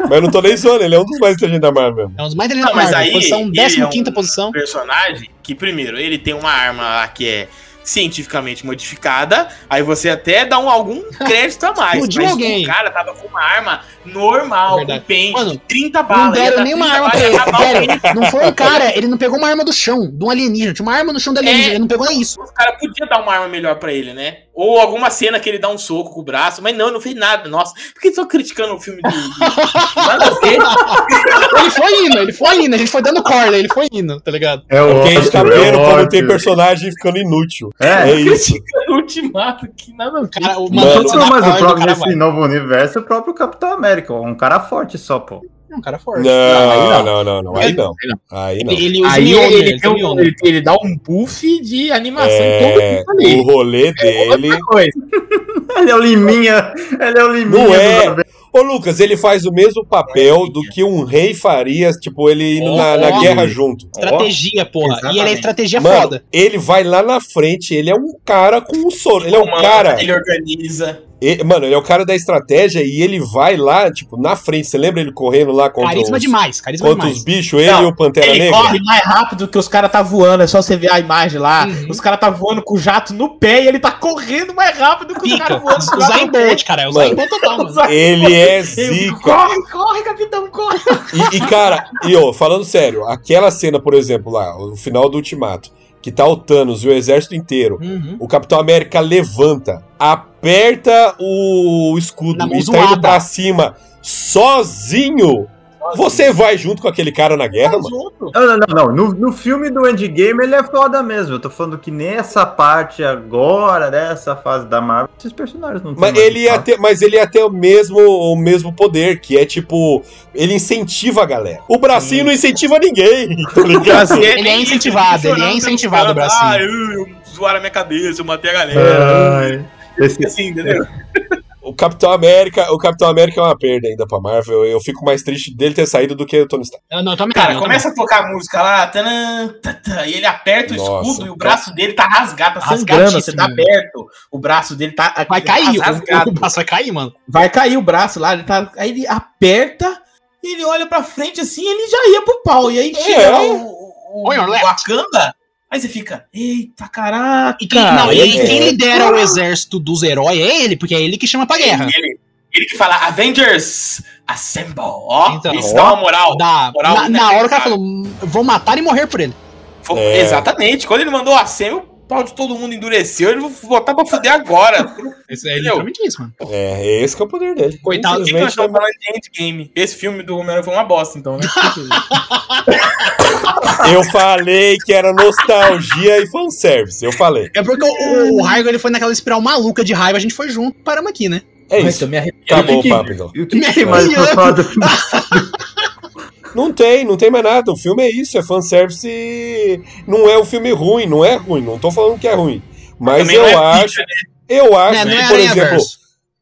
Mas eu não tô nem zoando, ele é um dos mais inteligentes da Marvel.
É um dos mais treinos da
Não, mas
Marvel.
aí
posição
ele
15
é um-
quinta posição.
personagem que, primeiro, ele tem uma arma lá que é cientificamente modificada, aí você até dá um, algum crédito a mais.
Explodiu
mas
alguém.
o cara tava com uma arma
É
normal,
verdade.
com pente,
Mano,
30 balas.
Não
ia
deram
dar 30
nenhuma arma pra
balas,
ele.
ia acabar o pente.
Velho, não foi o cara. Ele não pegou uma arma do chão, de um alienígena. Tinha uma arma no chão do alienígena.
É.
Ele não pegou nem isso.
Os caras podiam dar uma arma melhor pra ele, né? Ou alguma cena que ele dá um soco com o braço, mas não, não fez nada. Nossa, por que só criticando o filme do. Nada a ver.
Ele foi indo, ele foi indo. A gente foi dando corda, ele foi indo, tá ligado?
É o
Porque a gente tá
ótimo, é
vendo
o
como
ótimo.
tem personagem ficando inútil. É,
É.
isso.
criticando o ultimato, que nada a ver.
Cara, o
Mano,
mano,
Tudo, mas o próprio nesse novo universo é o próprio Capitão América, um cara forte só, pô.
É um cara forte.
Não, não, não, não. Aí não. Aí não.
Ele usa
Aí
Mjolnir,
ele, tem
tem
um-
Mjolnir.
ele- ele dá um buff de
tá
animação
É,
em todo mundo
o rolê dele.
ali. Coisa.
Ele é o Liminha, ele é o Liminha.
Não
do
é.
Marvel.
Ô, Lucas, ele faz o mesmo papel do que um rei faria, tipo, ele indo na, na
Ó,
guerra junto.
Estratégia, porra. E ele é
Exatamente.
estratégia
Mano,
foda.
ele vai lá na frente, ele é um cara com um soro. Ele é um
Mano,
cara.
Ele organiza.
e- mano, ele é o cara da estratégia e ele vai lá, tipo, na frente. Você lembra ele correndo lá contra
Carisma
os,
demais, carisma
contra
demais.
os bichos, ele
Não,
e o Pantera
Ele
Negra?
corre mais rápido que os caras tá voando, é só você ver a imagem lá.
Uhum.
Os caras tá voando com o jato no pé e ele tá correndo mais rápido que os
Pica.
caras voando com o
Usar
jato
em
no pé.
Bolt, cara. Usar
Mano.
em Bolt total, mano.
Ele é
Eu fico,
zica.
corre, corre, capitão, corre.
E, e, cara, e ó, falando sério, aquela cena, por exemplo, lá, o final do Ultimato, que tá o Thanos e o exército inteiro
Uhum.
O Capitão América levanta, aperta o escudo
Na mão
e tá indo
zoada.
pra cima sozinho. Você vai junto com aquele cara na guerra, mano?
Não, não, não, não. No, no filme do Endgame ele é foda mesmo. Eu tô falando que nessa parte agora, dessa fase da Marvel, esses personagens não têm
Mas
mais
ele, é ia
espaço.
ter, mas ele ia ter o mesmo, o mesmo poder, que é tipo, ele incentiva a galera. O bracinho não incentiva ninguém, tá ligado?
Ele é incentivado, ele é incentivado, Bracinho.
Ah, eu, eu zoaram a minha cabeça, eu matei a galera.
É.
Ai, esse-
Assim,
É.
entendeu?
O Capitão América, o Capitão América é uma perda ainda pra Marvel. Eu fico mais triste dele ter saído do que o Tony Stark.
Ah, Não, tome
Cara,
não, tome-
começa a tocar a música lá, tanã, tatã, e ele aperta o
Nossa.
escudo e o braço dele tá rasgado, tá
Rasgando,
sangrando, você tá
mano.
aberto. O braço dele tá
Vai cair, o,
rasgado.
o braço vai cair, mano.
Vai cair o braço lá, ele tá, aí ele aperta, ele olha pra frente assim, ele já ia pro pau. E aí chega
É.
lá o-
O, o,
Põe
o
o left.
Wakanda, aí você fica, eita, caraca.
E quem,
Cara,
não, e aí
é-
quem lidera o exército dos heróis é ele, porque é ele que chama pra guerra.
Ele, ele que fala Avengers Assemble, ó,
Então,
isso
ó.
dá uma moral.
Da,
Moral,
na,
né,
na hora o
cara?
cara falou: "Hum, vou matar e morrer por ele.
Foi-
É.
Exatamente, quando ele mandou o Assemble, pau de todo mundo endureceu, ele vou botar pra fuder agora.
Esse é
Entendeu?
literalmente isso, mano.
É, esse que é o poder dele.
Coitado,
O que, que nós
Infelizmente, né,
estamos falando de Endgame? Esse filme do Homem-Aranha foi uma bosta, então, né?
Eu falei que era nostalgia e fanservice. Eu falei.
É porque o, o Raigo ele foi naquela espiral maluca de raiva, a gente foi junto, paramos aqui, né?
É
Mas
isso.
eu me arrependo.
Acabou
o que
o papo, então.
E o que, que tem mais
Minhoca.
pra falar do filme?
então. Não tem, não tem mais nada. O filme é isso, é fanservice. Não é um filme ruim, não é ruim. Não tô falando que é ruim. Mas
Também
eu
não é
acho. Eu acho
Né, não é
que, Ah, por
Aranha
exemplo,
Verso.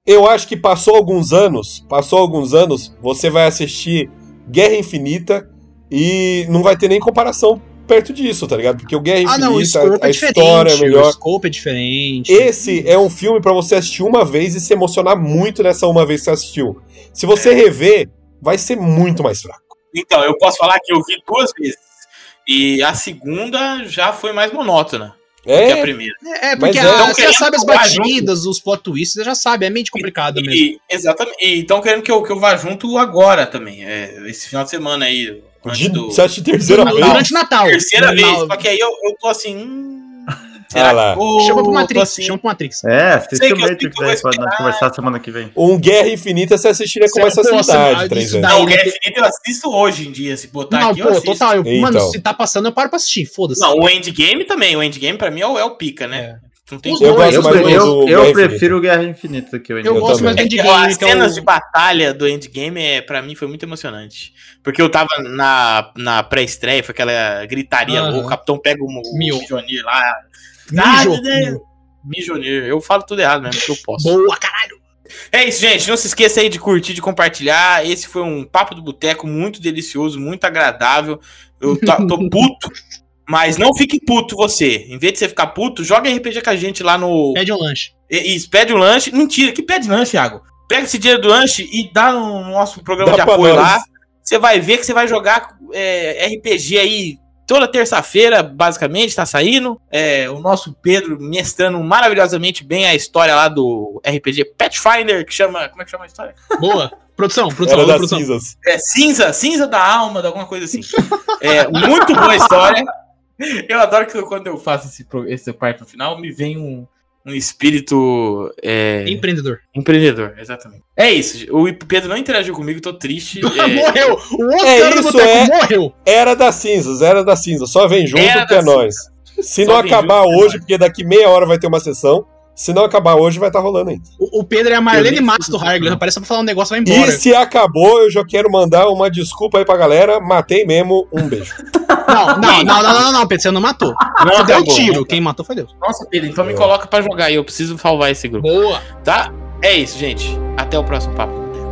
eu acho que passou alguns anos, passou alguns anos, você vai assistir Guerra Infinita e não vai ter nem comparação perto disso, tá ligado? Porque o Guerra
Ah,
Infinita,
não, o scope
a
é
história é
diferente.
melhor.
O scope é diferente.
Esse é um filme pra você assistir uma vez e se emocionar muito nessa uma vez que você assistiu. Se
É.
você rever, vai ser muito mais fraco.
Então, eu posso falar que eu vi duas vezes. E a segunda já foi mais monótona que a
É,
primeira.
É, é,
Mas
porque
é-
a-
Então,
você já
querendo
sabe as
jogar
batidas, os plot twists, você já sabe, é meio complicado mesmo.
E, exatamente. E estão querendo que eu, que eu vá junto agora também. é, esse final de semana aí.
de,
Antes do...
você assiste terceira
Durante-
vez.
Durante Ah, o Natal.
Terceira
Natal.
vez. Só que aí eu, eu tô assim. hum,
Ah
será
lá.
que eu
Chama pro
tô
Matrix,
assim?
chama pro Matrix.
É, assiste
Sei
o
que eu sei
Matrix
que eu
aí
vou
pra nós conversar semana que vem.
Um Guerra Infinita você assistiria com
Você-
mais
pô,
facilidade,
você-
três
isso
vezes.
dá-
Não, o Guerra Infinita eu assisto hoje em dia. Se botar
não,
Tá aqui, eu
pô,
assisto.
total. eu- Mano,
Então.
se tá passando, eu paro pra assistir. Foda-se.
Não, o Endgame também. O Endgame pra mim é o, é o pica, né? Não tem
Os
como.
Eu gosto
Eu,
mais
pre-
do-
eu,
do
eu
Guerra Infinita.
prefiro o Guerra Infinita do que o
eu
Endgame.
eu
gosto
também.
mais do
É que
Endgame.
as
que é o-
cenas de batalha do Endgame, é, pra mim, foi muito emocionante. Porque eu tava na, na pré-estreia, foi aquela gritaria
Aham.
louca, o capitão pega o, o
Mio.
Mijonir lá.
Mijo,
Ah, né?
Mijo.
Mijonir, eu falo tudo errado mesmo, que eu posso.
Boa, cara.
É isso, gente. Não se esqueça aí de curtir, de compartilhar. Esse foi um papo do boteco muito delicioso, muito agradável. Eu tá- tô puto, mas não fique puto você. Em vez de você ficar puto, joga RPG com a gente lá no
Pede um lanche.
e- Isso, pede um lanche. Mentira, que pede lanche, Thiago? Pega esse dinheiro do lanche e dá no nosso programa
Dá
de
pra
apoio
nós.
lá. Você vai ver que você vai jogar é, RPG aí toda terça-feira, basicamente, tá saindo. É, o nosso Pedro mestrando maravilhosamente bem a história lá do RPG Pathfinder, que chama. Como é que chama a história?
Boa. Produção, produção,
Era das
produção.
cinzas.
É, cinza, cinza da alma, de alguma coisa assim. É, muito boa história. Eu adoro que quando eu faço esse, pro- esse parte no final, me vem um, um espírito. é,
Empreendedor.
Empreendedor, exatamente. É isso. O Pedro não interagiu comigo, tô triste. É,
Morreu! O outro
É
cara do
isso,
boteco
é-
morreu!
Era das cinzas, era das cinzas. Só vem junto
Era
que é
das
nós. Se
Só
não
vem
acabar
junto que é
hoje, porque daqui meia hora vai ter uma sessão. Se não acabar hoje, vai estar rolando ainda.
O, o Pedro é a Marlene
Eu nem
Matos do Hargler. Aparece pra falar um negócio e vai
E
embora.
se acabou, eu já quero mandar uma desculpa aí pra galera. Matei mesmo, um beijo.
Não, não, não, não, não, não, Pedro, você não matou. Você deu um
acabou.
tiro. Quem matou foi Deus.
Nossa, Pedro, então me coloca pra jogar aí. Eu preciso salvar esse grupo,
Boa.
tá? É isso, gente. Até o próximo papo.